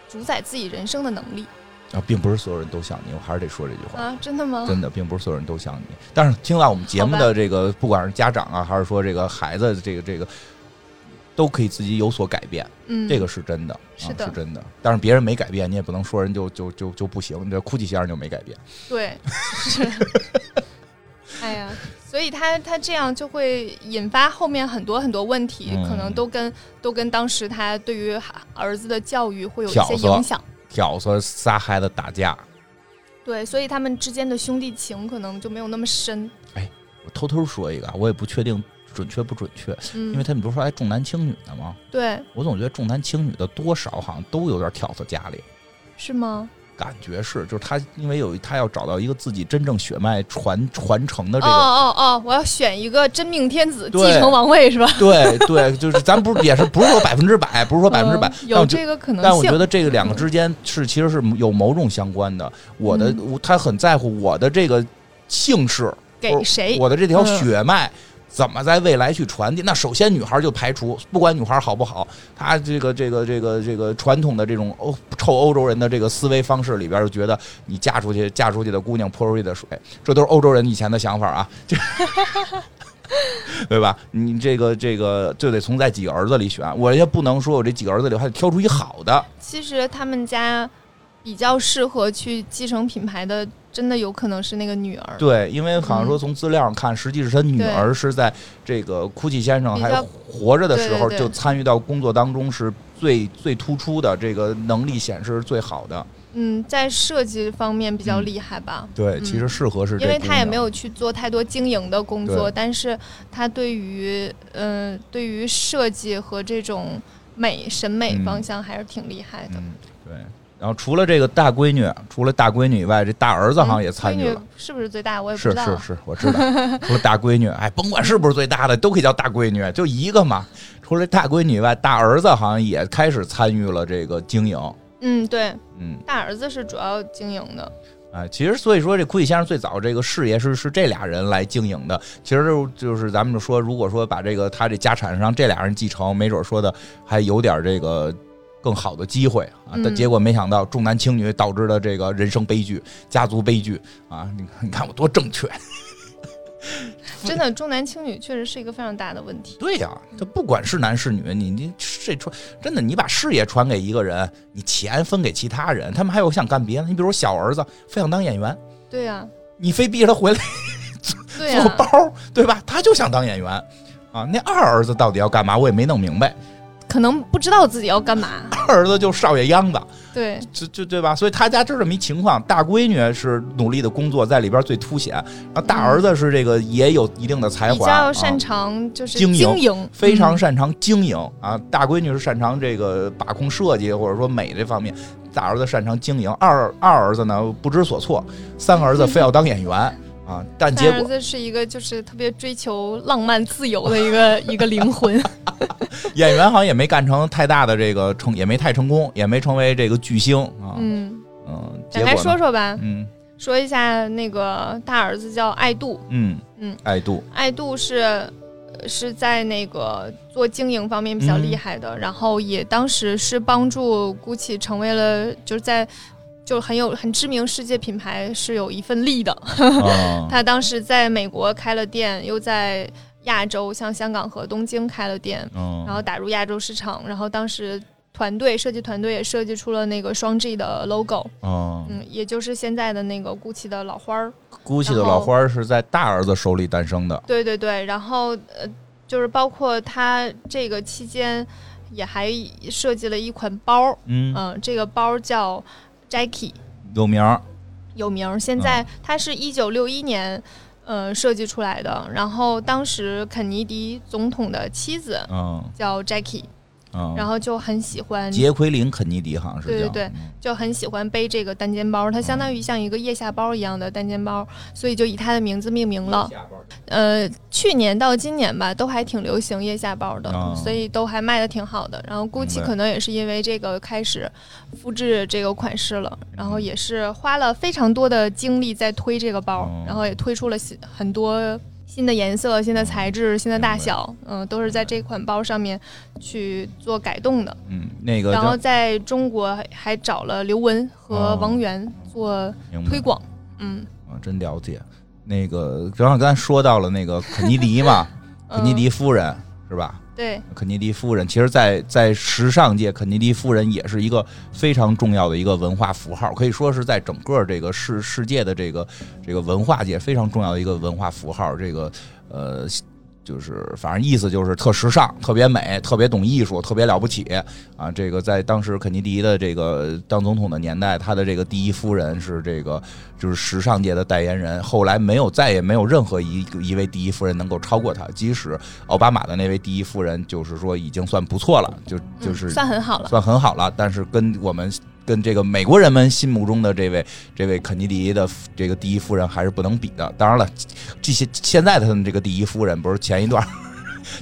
Speaker 1: 主宰自己人生的能力
Speaker 2: 啊，并不是所有人都像你，我还是得说这句话。
Speaker 1: 啊！真的吗？
Speaker 2: 真的，并不是所有人都像你。但是听到我们节目
Speaker 1: 好
Speaker 2: 的这个，不管是家长啊，还是说这个孩子，这个这个，都可以自己有所改变，
Speaker 1: 嗯，
Speaker 2: 这个是真的，
Speaker 1: 是
Speaker 2: 啊、
Speaker 1: 的
Speaker 2: 是真的。但是别人没改变，你也不能说人就就就就不行。这哭泣先生就没改变， (laughs)
Speaker 1: 对，是。哎呀，所以他他这样就会引发后面很多很多问题，
Speaker 2: 嗯
Speaker 1: 可能都跟都跟当时他对于儿子的教育会有一
Speaker 2: 挑
Speaker 1: 些
Speaker 2: 唆
Speaker 1: 影响。
Speaker 2: 挑唆仨孩子打架。
Speaker 1: 对，所以他们之间的兄弟情可能就没有那么深。
Speaker 2: 我偷偷说一个啊，我也不确定准确不准确，
Speaker 1: 嗯，
Speaker 2: 因为他们不是说还重男轻女呢吗？
Speaker 1: 对，
Speaker 2: 我总觉得重男轻女的多少好像都有点挑唆家里。
Speaker 1: 是吗？
Speaker 2: 感觉是，就是他，因为有他要找到一个自己真正血脉传传承的这
Speaker 1: 哦
Speaker 2: 个，
Speaker 1: 哦哦，我要选一个真命天子继
Speaker 2: 对
Speaker 1: 承王位是 (laughs) 吧？
Speaker 2: 对对，就是咱不是也是不是说百分之百，不是说百分之百
Speaker 1: 嗯，
Speaker 2: 但
Speaker 1: 有
Speaker 2: 我觉
Speaker 1: 这个可能性。
Speaker 2: 但我觉得这个两个之间是其实是有某种相关的。我的、
Speaker 1: 嗯
Speaker 2: 我他很在乎我的这个姓氏，
Speaker 1: 给谁？
Speaker 2: 我的这条
Speaker 1: 嗯
Speaker 2: 血脉。怎么在未来去传递？那首先女孩就排除，不管女孩好不好，她这个这个这个这个传统的这种欧臭欧洲人的这个思维方式里边，就觉得你嫁出去嫁出去的姑娘泼出去的水，这都是欧洲人以前的想法啊，
Speaker 1: (laughs)
Speaker 2: 这对吧？你这个这个就得从在几个儿子里选，啊我也不能说我这几个儿子里还得挑出一好的，
Speaker 1: 其实他们家比较适合去继承品牌的，真的有可能是那个女儿。嗯
Speaker 2: 对，因为好像说从资料上看，实际是他女
Speaker 1: 对
Speaker 2: 儿是在这个哭泣先生
Speaker 1: 比
Speaker 2: 还
Speaker 1: 较
Speaker 2: 活着的时候
Speaker 1: 对对对
Speaker 2: 就参与到工作当中，是最最突出的，这个能力显示是最好的。
Speaker 1: 嗯，在设计方面比较
Speaker 2: 嗯
Speaker 1: 厉害吧。
Speaker 2: 对，
Speaker 1: 嗯
Speaker 2: 其实适合是这
Speaker 1: 因为
Speaker 2: 姑
Speaker 1: 他也
Speaker 2: 娘
Speaker 1: 没有去做太多经营的工作，
Speaker 2: 对
Speaker 1: 但是他对于嗯、呃对于设计和这种美审美
Speaker 2: 嗯
Speaker 1: 方向还是挺厉害的。
Speaker 2: 嗯，对。然后除了这个大闺女，除了大闺女以外，这大儿子好像也参与
Speaker 1: 嗯闺
Speaker 2: 了
Speaker 1: 女。是不是最大？我也不
Speaker 2: 是
Speaker 1: 知道。
Speaker 2: 是是，
Speaker 1: (laughs)
Speaker 2: 我知道。除了大闺女，哎，甭管是不是最大的，都可以叫大闺女，就一个嘛。除了大闺女以外，大儿子好像也开始参与了这个经营。
Speaker 1: 嗯，对，
Speaker 2: 嗯，
Speaker 1: 大儿子是主要经营的。
Speaker 2: 啊，其实所以说这库里先生最早这个事业是是这俩人来经营的。其实就就是咱们就说，如果说把这个他这家产让这俩人继承，没准说的还有点这个更好的机会啊。但
Speaker 1: 嗯
Speaker 2: 结果没想到重男轻女导致的这个人生悲剧、家族悲剧啊！你看，你看我多正确。嗯
Speaker 1: 真的重男轻女确实是一个非常大的问题。
Speaker 2: 对呀、这不管是男是女，你你这传真的，你把事业传给一个人，你钱分给其他人，他们还有想干别的。你比如小儿子非想当演员，
Speaker 1: 对呀、
Speaker 2: 你非逼着他回来。
Speaker 1: 对啊呀、
Speaker 2: 做包儿，对吧？他就想当演员啊。那二儿子到底要干嘛？我也没弄明白。
Speaker 1: 可能不知道自己要干嘛。
Speaker 2: 二儿子就是少爷秧子，
Speaker 1: 对，
Speaker 2: 就就对吧？所以他家就这么一情况。大闺女是努力的工作，在里边最凸显，然后大儿子是这个也有一定的才
Speaker 1: 比
Speaker 2: 华，
Speaker 1: 较
Speaker 2: 啊
Speaker 1: 擅长就是
Speaker 2: 经
Speaker 1: 经
Speaker 2: 营
Speaker 1: 营
Speaker 2: 非常
Speaker 1: 嗯
Speaker 2: 擅长经营啊。大闺女是擅长这个把控设计或者说美这方面，大儿子擅长经营，二二儿子呢不知所措，三儿子非要当演员啊，但结
Speaker 1: 大儿
Speaker 2: 果
Speaker 1: 子是一个就是特别追求浪漫自由的一个
Speaker 2: (laughs)
Speaker 1: 一个灵魂，
Speaker 2: 演员好像也没干成太大的这个成，也没太成功，也没成为这个巨星啊。嗯
Speaker 1: 嗯，
Speaker 2: 结
Speaker 1: 展开
Speaker 2: 果呢
Speaker 1: 说说吧，
Speaker 2: 嗯
Speaker 1: 说一下那个大儿子叫爱杜，
Speaker 2: 嗯
Speaker 1: 嗯，
Speaker 2: 爱
Speaker 1: (laughs)
Speaker 2: 杜
Speaker 1: 爱杜是是在那个做经营方面比较
Speaker 2: 嗯
Speaker 1: 厉害的，然后也当时是帮助 GUCCI 成为了就是在就很有很知名世界品牌是有一份力的。
Speaker 2: 啊
Speaker 1: 他当时在美国开了店，又在亚洲像香港和东京开了店，
Speaker 2: 嗯，
Speaker 1: 然后打入亚洲市场，然后当时。团队设计团队也设计出了那个双 G 的 logo，
Speaker 2: 嗯
Speaker 1: 嗯，也就是现在的那个 GUCCI 的老花儿，
Speaker 2: ，GUCCI 的
Speaker 1: 然后
Speaker 2: 老花儿是在大儿子手里诞生的，
Speaker 1: 对对对，然后呃，就是包括他这个期间也还设计了一款包儿，
Speaker 2: 嗯，
Speaker 1: 嗯、这个包儿叫 Jacky，
Speaker 2: 有名儿，
Speaker 1: 有名儿。现
Speaker 2: 嗯
Speaker 1: 在它是一九六一年，呃，设计出来的。然后当时肯尼迪总统的妻子
Speaker 2: 嗯
Speaker 1: 叫 Jacky，
Speaker 2: 嗯，
Speaker 1: 然后就很喜欢，
Speaker 2: 杰奎琳肯尼迪好像是
Speaker 1: 对
Speaker 2: 叫，
Speaker 1: 对对
Speaker 2: 嗯
Speaker 1: 就很喜欢背这个单肩包儿，它相当于像一个腋下包儿一样的单肩包儿，所以就以它的名字命名了。呃，去年到今年吧，都还挺流行腋下包的，
Speaker 2: 哦
Speaker 1: 所以都还卖的挺好的。然后
Speaker 2: 白
Speaker 1: GUCCI 可能也是因为这个开始复制这个款式了，然
Speaker 2: 嗯
Speaker 1: 后也是花了非常多的精力在推这个包，
Speaker 2: 哦
Speaker 1: 然后也推出了新很多新的颜色、新的材质、新的大小，嗯、都是在这款包上面去做改动的。
Speaker 2: 嗯，那个
Speaker 1: 然后
Speaker 2: 叫
Speaker 1: 在中国还还找了刘雯和
Speaker 2: 哦
Speaker 1: 王源做
Speaker 2: 明白
Speaker 1: 推广，嗯，
Speaker 2: 啊，真了解。那个，然后刚才说到了那个肯尼
Speaker 1: (laughs)
Speaker 2: 迪嘛，肯尼
Speaker 1: 嗯
Speaker 2: 迪夫人是吧？
Speaker 1: 对，
Speaker 2: 肯尼迪夫人，其实在，在时尚界，肯尼迪夫人也是一个非常重要的一个文化符号，可以说是在整个这个世世界的这个这个文化界非常重要的一个文化符号。这个呃，就是反正意思就是特时尚、特别美、特别懂艺术、特别了不起啊。这个在当时肯尼迪的这个当总统的年代，他的这个第一夫人是这个就是时尚界的代言人，后来没有再也没有任何一一位第一夫人能够超过她，即使奥巴马的那位第一夫人，就是说已经算不错了，就就是、
Speaker 1: 嗯、算很好了。
Speaker 2: 算很好了，但是跟我们跟这个美国人们心目中的这位这位肯尼迪的这个第一夫人还是不能比的。当然了，这些现在他们这个第一夫人不是前一段儿 (laughs)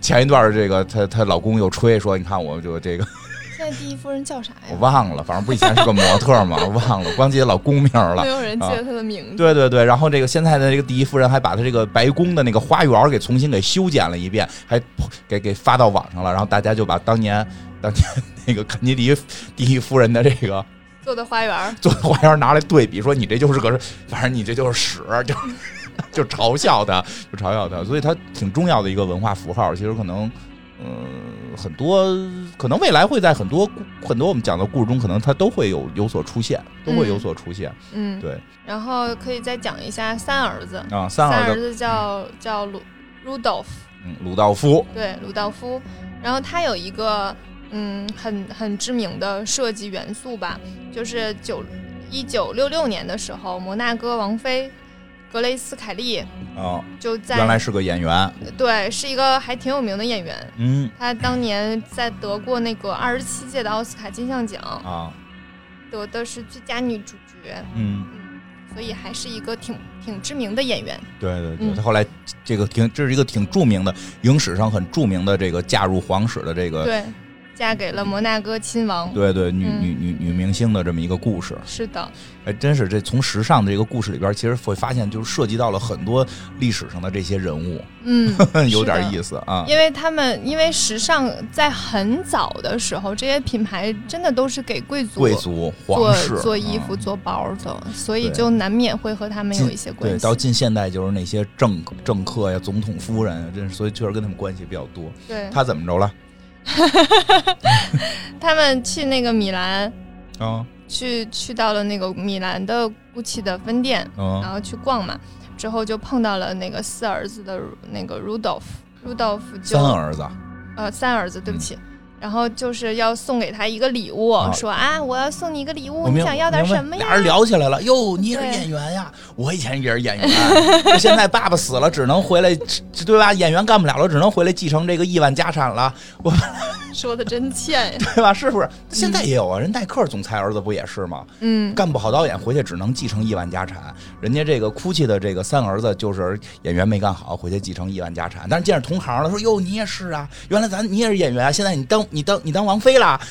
Speaker 2: 前一段儿这个她她老公又吹说，你看我就这个
Speaker 1: 现在第一夫人叫啥呀
Speaker 2: 我？忘了，反正不是以前是个模特儿嘛，我忘了，光记得老公名儿了
Speaker 1: 没。有人记
Speaker 2: 啊
Speaker 1: 得他的名字。
Speaker 2: 对对对，然后这个现在的这个第一夫人还把她这个白宫的那个花园儿给重新给修剪了一遍，还给给发到网上了，然后大家就把当年当年那个肯尼迪第一夫人的这个
Speaker 1: 做的花园儿，
Speaker 2: (laughs) 做的花园拿来对比，说你这就是个，反正你这就是屎，就就嘲笑他，就嘲笑他，所以它挺重要的一个文化符号。其实可能，嗯、很多可能未来会在很多故很多我们讲的故事中，可能它都会有有所出现，都会有所出现。
Speaker 1: 嗯，
Speaker 2: 对。
Speaker 1: 然后可以再讲一下三儿子，
Speaker 2: 啊，三
Speaker 1: 三
Speaker 2: 儿
Speaker 1: 儿
Speaker 2: 子，
Speaker 1: 子叫叫鲁鲁道夫，
Speaker 2: 嗯，鲁道夫，
Speaker 1: 对，鲁道夫。然后他有一个嗯，很很知名的设计元素吧，就是九一九六六年的时候，摩纳哥王妃格雷斯凯利
Speaker 2: 啊，
Speaker 1: 就在
Speaker 2: 原来是个演员，
Speaker 1: 对，是一个还挺有名的演员。
Speaker 2: 嗯，
Speaker 1: 他当年在得过那个二十七届的奥斯卡金像奖，
Speaker 2: 啊，
Speaker 1: 得的是最佳女主角。
Speaker 2: 嗯，
Speaker 1: 所以还是一个挺挺知名的演员。
Speaker 2: 对对对，
Speaker 1: 嗯
Speaker 2: 他后来这个挺，这是一个挺著名的影史上很著名的这个嫁入皇室的这个
Speaker 1: 对，嫁给了摩纳哥亲王。
Speaker 2: 对对，女
Speaker 1: 嗯
Speaker 2: 女女女明星的这么一个故事，
Speaker 1: 是的，
Speaker 2: 哎，真是这从时尚的这个故事里边，其实会发现就是涉及到了很多历史上的这些人物，，
Speaker 1: 嗯
Speaker 2: (laughs) 有点
Speaker 1: 思。
Speaker 2: 意思啊。
Speaker 1: 因为他们，因为时尚在很早的时候，这些品牌真的都是给贵族
Speaker 2: 贵族、皇
Speaker 1: 做
Speaker 2: 室
Speaker 1: 做衣服、
Speaker 2: 嗯
Speaker 1: 做包的，所以
Speaker 2: 对
Speaker 1: 就难免会和他们有一些关
Speaker 2: 对，
Speaker 1: 系。
Speaker 2: 到近现代就是那些政政客呀、总统夫人呀，真是所以确实跟他们关系比较多。
Speaker 1: 对
Speaker 2: 他怎么着了？
Speaker 1: 他们去那个米兰，
Speaker 2: 啊
Speaker 1: 去去到了那个米兰的 GUCCI 的分店，然
Speaker 2: 嗯
Speaker 1: 后去逛嘛，之后就碰到了那个四儿子的那个 Rudolph，Rudolph 就
Speaker 2: 三儿子，
Speaker 1: 呃三儿子，对不
Speaker 2: 嗯
Speaker 1: 起。然后就是要送给他一个礼物，
Speaker 2: 啊
Speaker 1: 说啊，我要送你一个礼物，
Speaker 2: 我
Speaker 1: 你
Speaker 2: 明
Speaker 1: 想要点
Speaker 2: 明白
Speaker 1: 什么呀？
Speaker 2: 俩人聊起来了，哟，你也是
Speaker 1: 对
Speaker 2: 演员呀？我以前也是演员， (laughs) 那现在爸爸死了，只能回来，对吧？演员干不了了，只能回来继承这个亿万家产了，
Speaker 1: 说的真欠
Speaker 2: (laughs)
Speaker 1: 呀。
Speaker 2: 对吧？是不是？现在也有啊，人耐克总裁儿子不也是吗？
Speaker 1: 嗯，
Speaker 2: 干不好导演，回去只能继承亿万家产。人家这个哭泣的这个三儿子就是演员没干好，回去继承亿万家产。但是见着同行了，说哟，你也是啊，原来咱你也是演员啊，现在你当你当你当王菲啦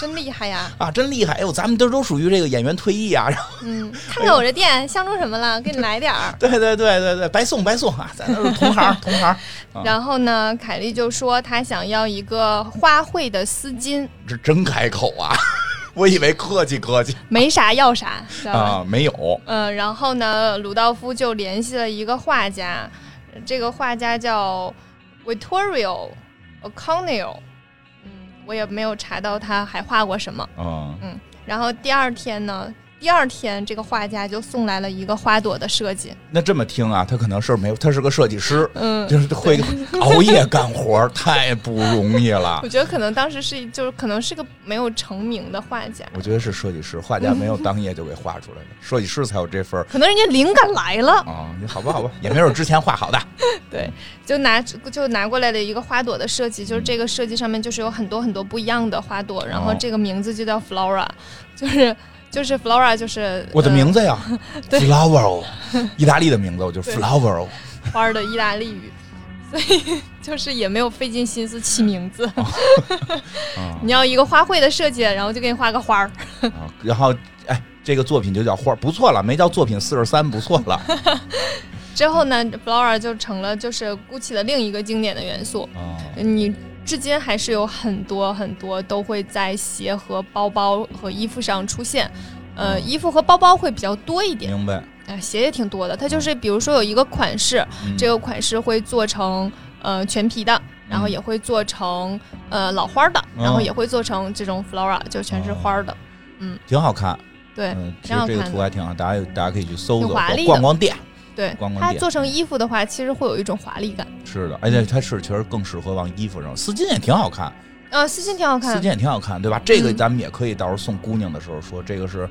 Speaker 1: 真厉害呀。
Speaker 2: 啊，真厉害！哎呦，咱们都都属于这个演员退役啊。然后
Speaker 1: 嗯，看看我这店相中什么
Speaker 2: 哎
Speaker 1: 了，给你买点儿。
Speaker 2: (laughs) 对对对对对，白送白送啊，咱都是
Speaker 1: (laughs)
Speaker 2: 同行同行，啊
Speaker 1: 然后呢，凯莉就说她想要一个花卉的丝巾，
Speaker 2: 这真开口啊！ (laughs) 我以为客气客气
Speaker 1: 没啥要啥，知道吧？
Speaker 2: 啊，没有，
Speaker 1: 嗯，然后呢，鲁道夫就联系了一个画家，这个画家叫 Vittorio O'Connell，嗯，我也没有查到他还画过什么。
Speaker 2: 嗯
Speaker 1: 然后第二天呢，第二天这个画家就送来了一个花朵的设计，
Speaker 2: 那这么听啊，他可能是没有，他是个设计师，
Speaker 1: 嗯。
Speaker 2: 就是会 (laughs) 熬夜干活儿，太不容易了
Speaker 1: 我。觉得可能当时是就是可能是个没有成名的画家，
Speaker 2: 我觉得是设计师，画家没有当夜就给画出
Speaker 1: (laughs)
Speaker 2: 来的，设计师才有这份儿
Speaker 1: 可能人家灵感来了，
Speaker 2: 啊。你好吧，好吧，也没准之前
Speaker 1: (laughs)
Speaker 2: 画好的。嗯
Speaker 1: 对，就拿就拿过来的一个花朵的设计，就是这个设计上面就是有很多很多不一样的花朵，然后
Speaker 2: 哦
Speaker 1: 这个名字就叫 Flora，就是 (laughs) 就是 Flora 就是呃
Speaker 2: 我的名字呀
Speaker 1: (laughs) 对
Speaker 2: ，Flower，意
Speaker 1: (laughs)
Speaker 2: 大利的名字，我就
Speaker 1: 对
Speaker 2: Flower。
Speaker 1: 呃花儿的意大利语，所以 (laughs) 就是也没有费尽心思起名字。
Speaker 2: 哦
Speaker 1: (laughs)
Speaker 2: 啊
Speaker 1: 你要一个花卉的设计，然后就给你画个花儿，
Speaker 2: 啊然后，哎，这个作品就叫花儿，不错了，没叫作品四十三，不错了。
Speaker 1: 之后呢，Flora 就成了就是 GUCCI 的另一个经典的元素。
Speaker 2: 啊，
Speaker 1: 你至今还是有很多很多都会在鞋和包包和衣服上出现，
Speaker 2: 嗯
Speaker 1: 呃，衣服和包包会比较多一点， (laughs)
Speaker 2: 明白。
Speaker 1: 啊，鞋也挺多的。它就是比如说有一个款式，
Speaker 2: 嗯
Speaker 1: 这个款式会做成呃全皮的，然
Speaker 2: 嗯
Speaker 1: 后也会做成呃老花的，
Speaker 2: 哦
Speaker 1: 然后也会做成这种 flora，就全是花的，
Speaker 2: 挺好看，
Speaker 1: 对
Speaker 2: 哦嗯，其
Speaker 1: 挺
Speaker 2: 实
Speaker 1: 好
Speaker 2: 这个
Speaker 1: 看
Speaker 2: 图还挺好，大家有大家可以去搜搜
Speaker 1: 挺华丽的
Speaker 2: 逛逛店。
Speaker 1: 对
Speaker 2: 光。光
Speaker 1: 它
Speaker 2: 点
Speaker 1: 做成衣服的话，其实会有一种华丽感。
Speaker 2: 是的，而且它是确实更适合往衣服上，丝巾也挺好看。
Speaker 1: 呃，丝巾挺好
Speaker 2: 丝
Speaker 1: 看
Speaker 2: 巾，也挺好看，对吧？这个
Speaker 1: 嗯
Speaker 2: 咱们也可以到时候送姑娘的时候说，这个是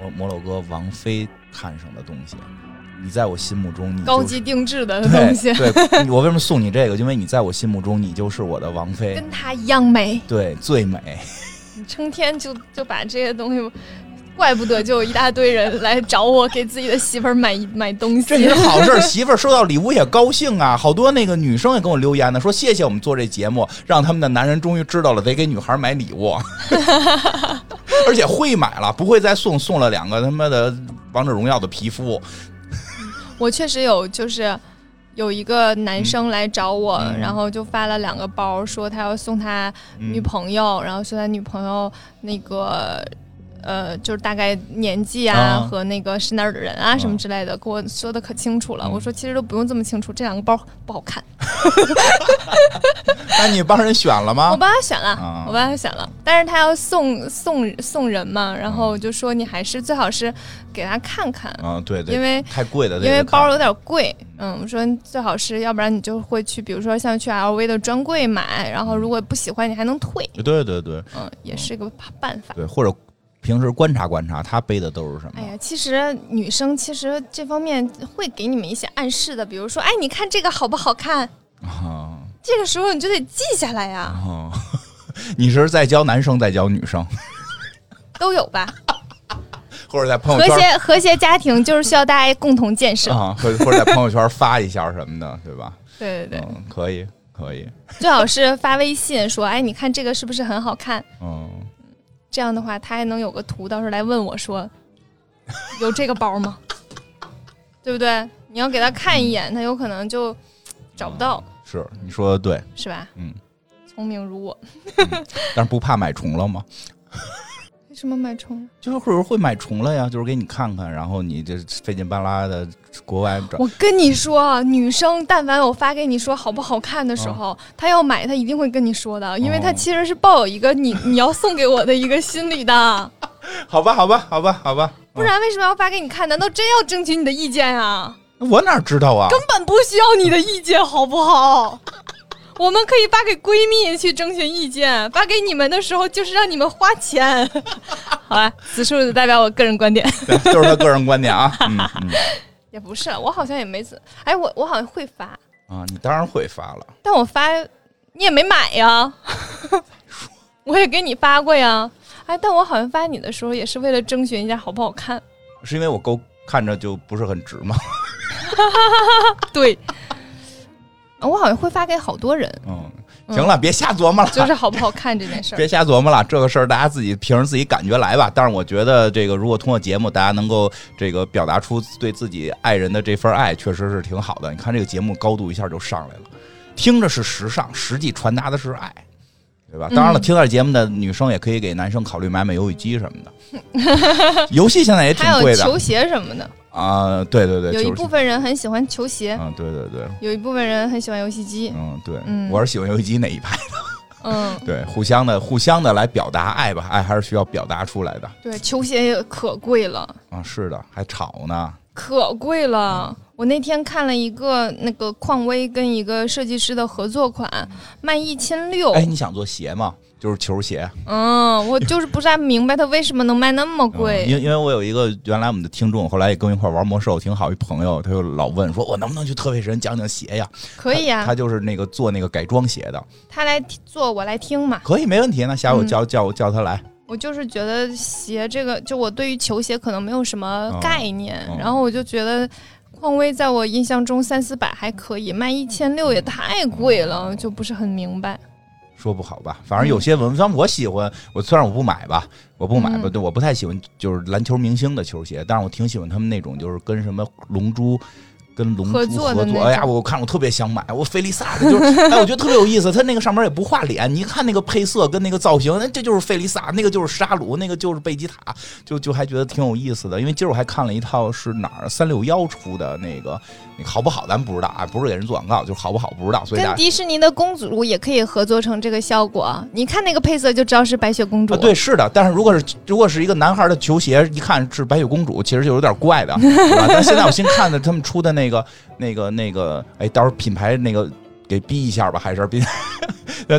Speaker 2: 摩摩洛哥王妃看上的东西。你在我心目中，你、就是、
Speaker 1: 高
Speaker 2: (laughs)
Speaker 1: 级定制的东西
Speaker 2: 对，对，你我为什么送你这个？因为你在我心目中，你就是我的王妃，
Speaker 1: 跟它一样美。
Speaker 2: 对，最美。
Speaker 1: 你成天就就把这些东西，怪不得就有一大堆人来找我给自己的媳妇儿买买东
Speaker 2: 这也
Speaker 1: 西
Speaker 2: 是。好事儿，媳妇儿收到礼物也高兴啊。好多那个女生也跟我留言呢，说谢谢我们做这节目，让他们的男人终于知道了得给女孩买礼物， (laughs) 而且会买了，不会再送送了两个他妈的王者荣耀的皮肤。
Speaker 1: (laughs) 我确实有，就是有一个男生来找我，
Speaker 2: 嗯
Speaker 1: 然后就发了两个包，说他要送他女朋友，然后说他女朋友那个。呃，就是大概年纪啊，
Speaker 2: 啊
Speaker 1: 和那个是哪儿的人啊，
Speaker 2: 啊
Speaker 1: 什么之类的，给我说的可清楚了。
Speaker 2: 嗯
Speaker 1: 我说其实都不用这么清楚，这两个包不好看。
Speaker 2: 那你帮人选了吗？
Speaker 1: 我帮他选了，
Speaker 2: 啊
Speaker 1: 我帮他选了，但是他要送送送人
Speaker 2: 啊
Speaker 1: 嘛，然后我就说你还是最好是给他看看，
Speaker 2: 啊，对对，
Speaker 1: 因为
Speaker 2: 太贵了，
Speaker 1: 因为包
Speaker 2: 儿
Speaker 1: 有点贵，嗯，我说最好是要不然你就会去，比如说像去 LV 的专柜买，然后如果不喜欢你还能退，
Speaker 2: 对对对
Speaker 1: 嗯，也是个办法。
Speaker 2: 对，或者平时观察观察他背的都是什么
Speaker 1: 哎。呀，其实女生其实这方面会给你们一些暗示的，比如说，哎，你看这个好不好看？
Speaker 2: 啊
Speaker 1: 这个时候你就得记下来呀，
Speaker 2: 哦，你是在教男生，在教女生，
Speaker 1: 都有吧？
Speaker 2: 或者在朋
Speaker 1: 和
Speaker 2: 友圈嗯
Speaker 1: 谐和谐家庭就是需要大家共同建设。
Speaker 2: 啊，或者或者在朋友圈发一下什么的，对吧？
Speaker 1: 对对对，
Speaker 2: 嗯，可以。可以，
Speaker 1: 最好是发微信说，哎，你看这个是不是很好看？
Speaker 2: 嗯，
Speaker 1: 这样的话，他还能有个图，到时候来问我说，有这个包吗？ (laughs) 对不对？你要给他看一眼，他有可能就找不到，
Speaker 2: 是你说的对，
Speaker 1: 是吧？
Speaker 2: 嗯，
Speaker 1: 聪明如我，
Speaker 2: 但是不怕买重了吗？
Speaker 1: 为什么买冲浪？
Speaker 2: 就是会会买重了呀，就是给你看看，然后你这费劲巴拉的国外找，
Speaker 1: 我跟你说啊，女生但凡我发给你说好不好看的时候，她要买，她一定会跟你说的，因为她
Speaker 2: 嗯哦
Speaker 1: 其实是抱有一个你 (laughs) 你要送给我的一个心理
Speaker 2: 哦
Speaker 1: 的，
Speaker 2: (laughs) 好吧，好吧，好吧，好吧，
Speaker 1: 不然为什么要发给你看？难道真要征求你的意见啊？
Speaker 2: 嗯我哪知道啊？
Speaker 1: 根本不需要你的意见，好不好？我们可以发给闺蜜去征询意见，发给你们的时候就是让你们花钱。 (laughs) 好吧，此处只代表我个人观点，
Speaker 2: 对就是他个人观点啊，嗯嗯
Speaker 1: 也不是，我好像也没怎，哎，我我好像会发，
Speaker 2: 啊，你当然会发了，
Speaker 1: 但我发你也没买 (laughs) 呀，我也给你发过呀。哎，但我好像发你的时候也是为了征询一下好不好看。
Speaker 2: 是因为我够看着就不是很直吗？
Speaker 1: 对，我好像会发给好多人，
Speaker 2: 嗯，行了，别瞎琢磨了，
Speaker 1: 就是好不好看这件事儿。
Speaker 2: 别瞎琢磨了， (laughs) 这个事儿大家自己凭着自己感觉来吧。但是我觉得，这个如果通过节目，大家能够这个表达出对自己爱人的这份爱，确实是挺好的。你看这个节目高度一下就上来了，听着是时尚，实际传达的是爱，对吧？当然了，
Speaker 1: 嗯
Speaker 2: 听到节目的女生也可以给男生考虑买买游戏机什么的。游戏现在也挺
Speaker 1: 还有
Speaker 2: 贵的
Speaker 1: 球鞋什么的，
Speaker 2: 啊、对对对，
Speaker 1: 有一
Speaker 2: 就是
Speaker 1: 部分人很喜欢球鞋，
Speaker 2: 嗯，对对对，
Speaker 1: 有一部分人很喜欢游戏机。
Speaker 2: 嗯对，
Speaker 1: 嗯
Speaker 2: 我是喜欢游戏机那一派。
Speaker 1: 嗯，
Speaker 2: 对，互相的互相的来表达爱吧，爱还是需要表达出来的。
Speaker 1: 对，球鞋也可贵了，
Speaker 2: 啊，是的，还吵呢。
Speaker 1: 可贵了。
Speaker 2: 嗯
Speaker 1: 我那天看了一个那个匡威跟一个设计师的合作款，卖一千六。
Speaker 2: 哎，你想做鞋吗？就是球鞋，
Speaker 1: 嗯，我就是不太明白他为什么能卖那么贵。
Speaker 2: 嗯因、为因为我有一个原来我们的听众，后来也跟我一块玩魔兽，挺好一朋友，他就老问说，我能不能去特费神讲讲鞋呀？
Speaker 1: 可以
Speaker 2: 他
Speaker 1: 啊
Speaker 2: 他，就是那个做那个改装鞋的，
Speaker 1: 他来听做，我来听嘛。
Speaker 2: 可以，没问题。那下午
Speaker 1: 嗯
Speaker 2: 叫、叫我叫他来，
Speaker 1: 我就是觉得鞋这个，就我对于球鞋可能没有什么概念，
Speaker 2: 哦哦
Speaker 1: 然后我就觉得。匡威在我印象中三四百还可以，卖一千六也太贵了，就不是很明白。
Speaker 2: 说不好吧？反正有些文章我喜欢，我虽然我不买吧，我不买吧，
Speaker 1: 嗯
Speaker 2: 对，我不太喜欢就是篮球明星的球鞋，但是我挺喜欢他们那种就是跟什么龙珠。跟龙珠
Speaker 1: 合
Speaker 2: 合
Speaker 1: 作的那种
Speaker 2: 哎呀，我看我特别想买，我菲利萨的，就是 (laughs) 哎，我觉得特别有意思。他那个上面也不画脸，你一看那个配色跟那个造型，那这就是菲利萨，那个就是沙鲁，那个就是贝吉塔，就就还觉得挺有意思的。因为今儿我还看了一套是哪儿三六幺出的那个，那个好不好咱不知道啊，不是给人做广告，就是好不好不知道，所以大
Speaker 1: 跟
Speaker 2: 家
Speaker 1: 迪士尼的公主也可以合作成这个效果，你看那个配色就知道是白雪公主。
Speaker 2: 啊，对，是的，但是如果是如果是一个男孩的球鞋，一看是白雪公主，其实就有点怪
Speaker 1: (laughs)
Speaker 2: 的，对吧？但现在我新看的他们出的那个那个那个，哎，到时候品牌那个给逼一下吧，还是 (laughs) 逼。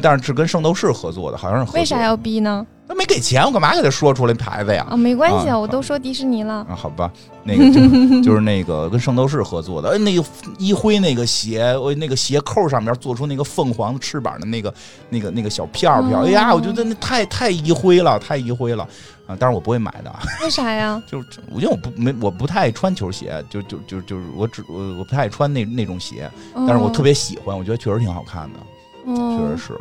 Speaker 2: 但是是跟圣斗士合作的，好像是合作。
Speaker 1: 为啥？要逼呢？
Speaker 2: 他没给钱，我干嘛给他说出来牌子呀？
Speaker 1: 啊，没关系啊，
Speaker 2: 啊
Speaker 1: 我都说迪士尼了。
Speaker 2: 啊，好吧，那个就就是那个跟圣斗士合作的，哎，那个一辉那个鞋，我那个鞋扣上面做出那个凤凰翅膀的那个那个那个小票票，
Speaker 1: 哦
Speaker 2: 哎呀，我觉得那太太一辉了，太一辉了啊！当然我不会买的，啊， (laughs)
Speaker 1: 为啥呀？
Speaker 2: 就是我因为我不没我不太爱穿球鞋，就就就就是我只我我不太爱穿那那种鞋，
Speaker 1: 但
Speaker 2: 但是我特别喜欢，我觉得确实挺好看的，确
Speaker 1: 嗯
Speaker 2: 实是。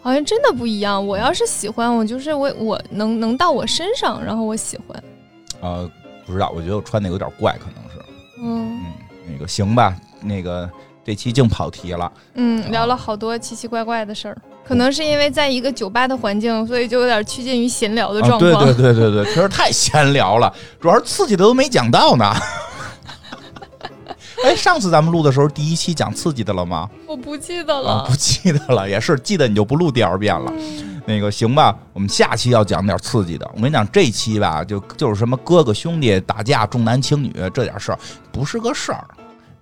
Speaker 1: 好像真的不一样。我要是喜欢，我就是我我能能到我身上，然后我喜欢。
Speaker 2: 呃，不知道，我觉得我穿那个有点怪，可能是，
Speaker 1: 嗯
Speaker 2: 嗯，那个行吧，那个这期净跑题了。
Speaker 1: 嗯，聊了
Speaker 2: 啊
Speaker 1: 好多奇奇怪怪的事儿，可能是因为在一个酒吧的环境，所以就有点趋近于闲聊的状况。
Speaker 2: 啊。对对对对对，确实太闲聊了，主要是刺激的都没讲到呢。 (laughs) 哎，上次咱们录的时候，第一期讲刺激的了吗？
Speaker 1: (laughs) 我不记得了。
Speaker 2: 啊，不记得了，也是记得你就不录第二遍了。那个行吧，我们下期要讲点刺激的。我跟你讲，这期吧，就就是什么哥哥兄弟打架、重男轻女这点事儿，不是个事儿。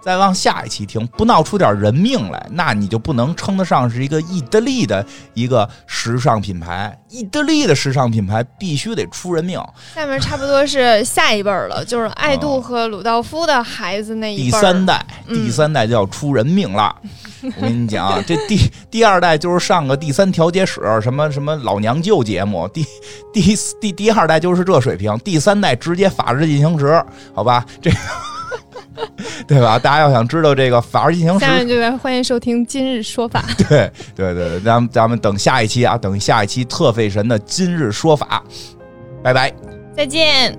Speaker 2: 再往下一期听，不闹出点人命来，那你就不能称得上是一个意大利的一个时尚品牌。意大利的时尚品牌必须得出人命。
Speaker 1: 下面差不多是下一辈儿了，就是爱杜和鲁道夫的孩子那一
Speaker 2: 第
Speaker 1: 辈儿。
Speaker 2: 三代，
Speaker 1: 嗯
Speaker 2: 第三代就要出人
Speaker 1: (laughs)
Speaker 2: 命了。我跟你讲啊，这第第二代就是上个第三调解室，什么什么老娘舅节目，第第第第二代就是这水平，第三代直接法制进行时，好吧？这个 (laughs) 对吧？大家要想知道这个法治进行时
Speaker 1: 下，面就来欢迎收听《今日说法》
Speaker 2: 对 (laughs) 对对对，咱们咱们等下一期啊，等下一期特费神的今日说法，拜拜。
Speaker 1: 再见。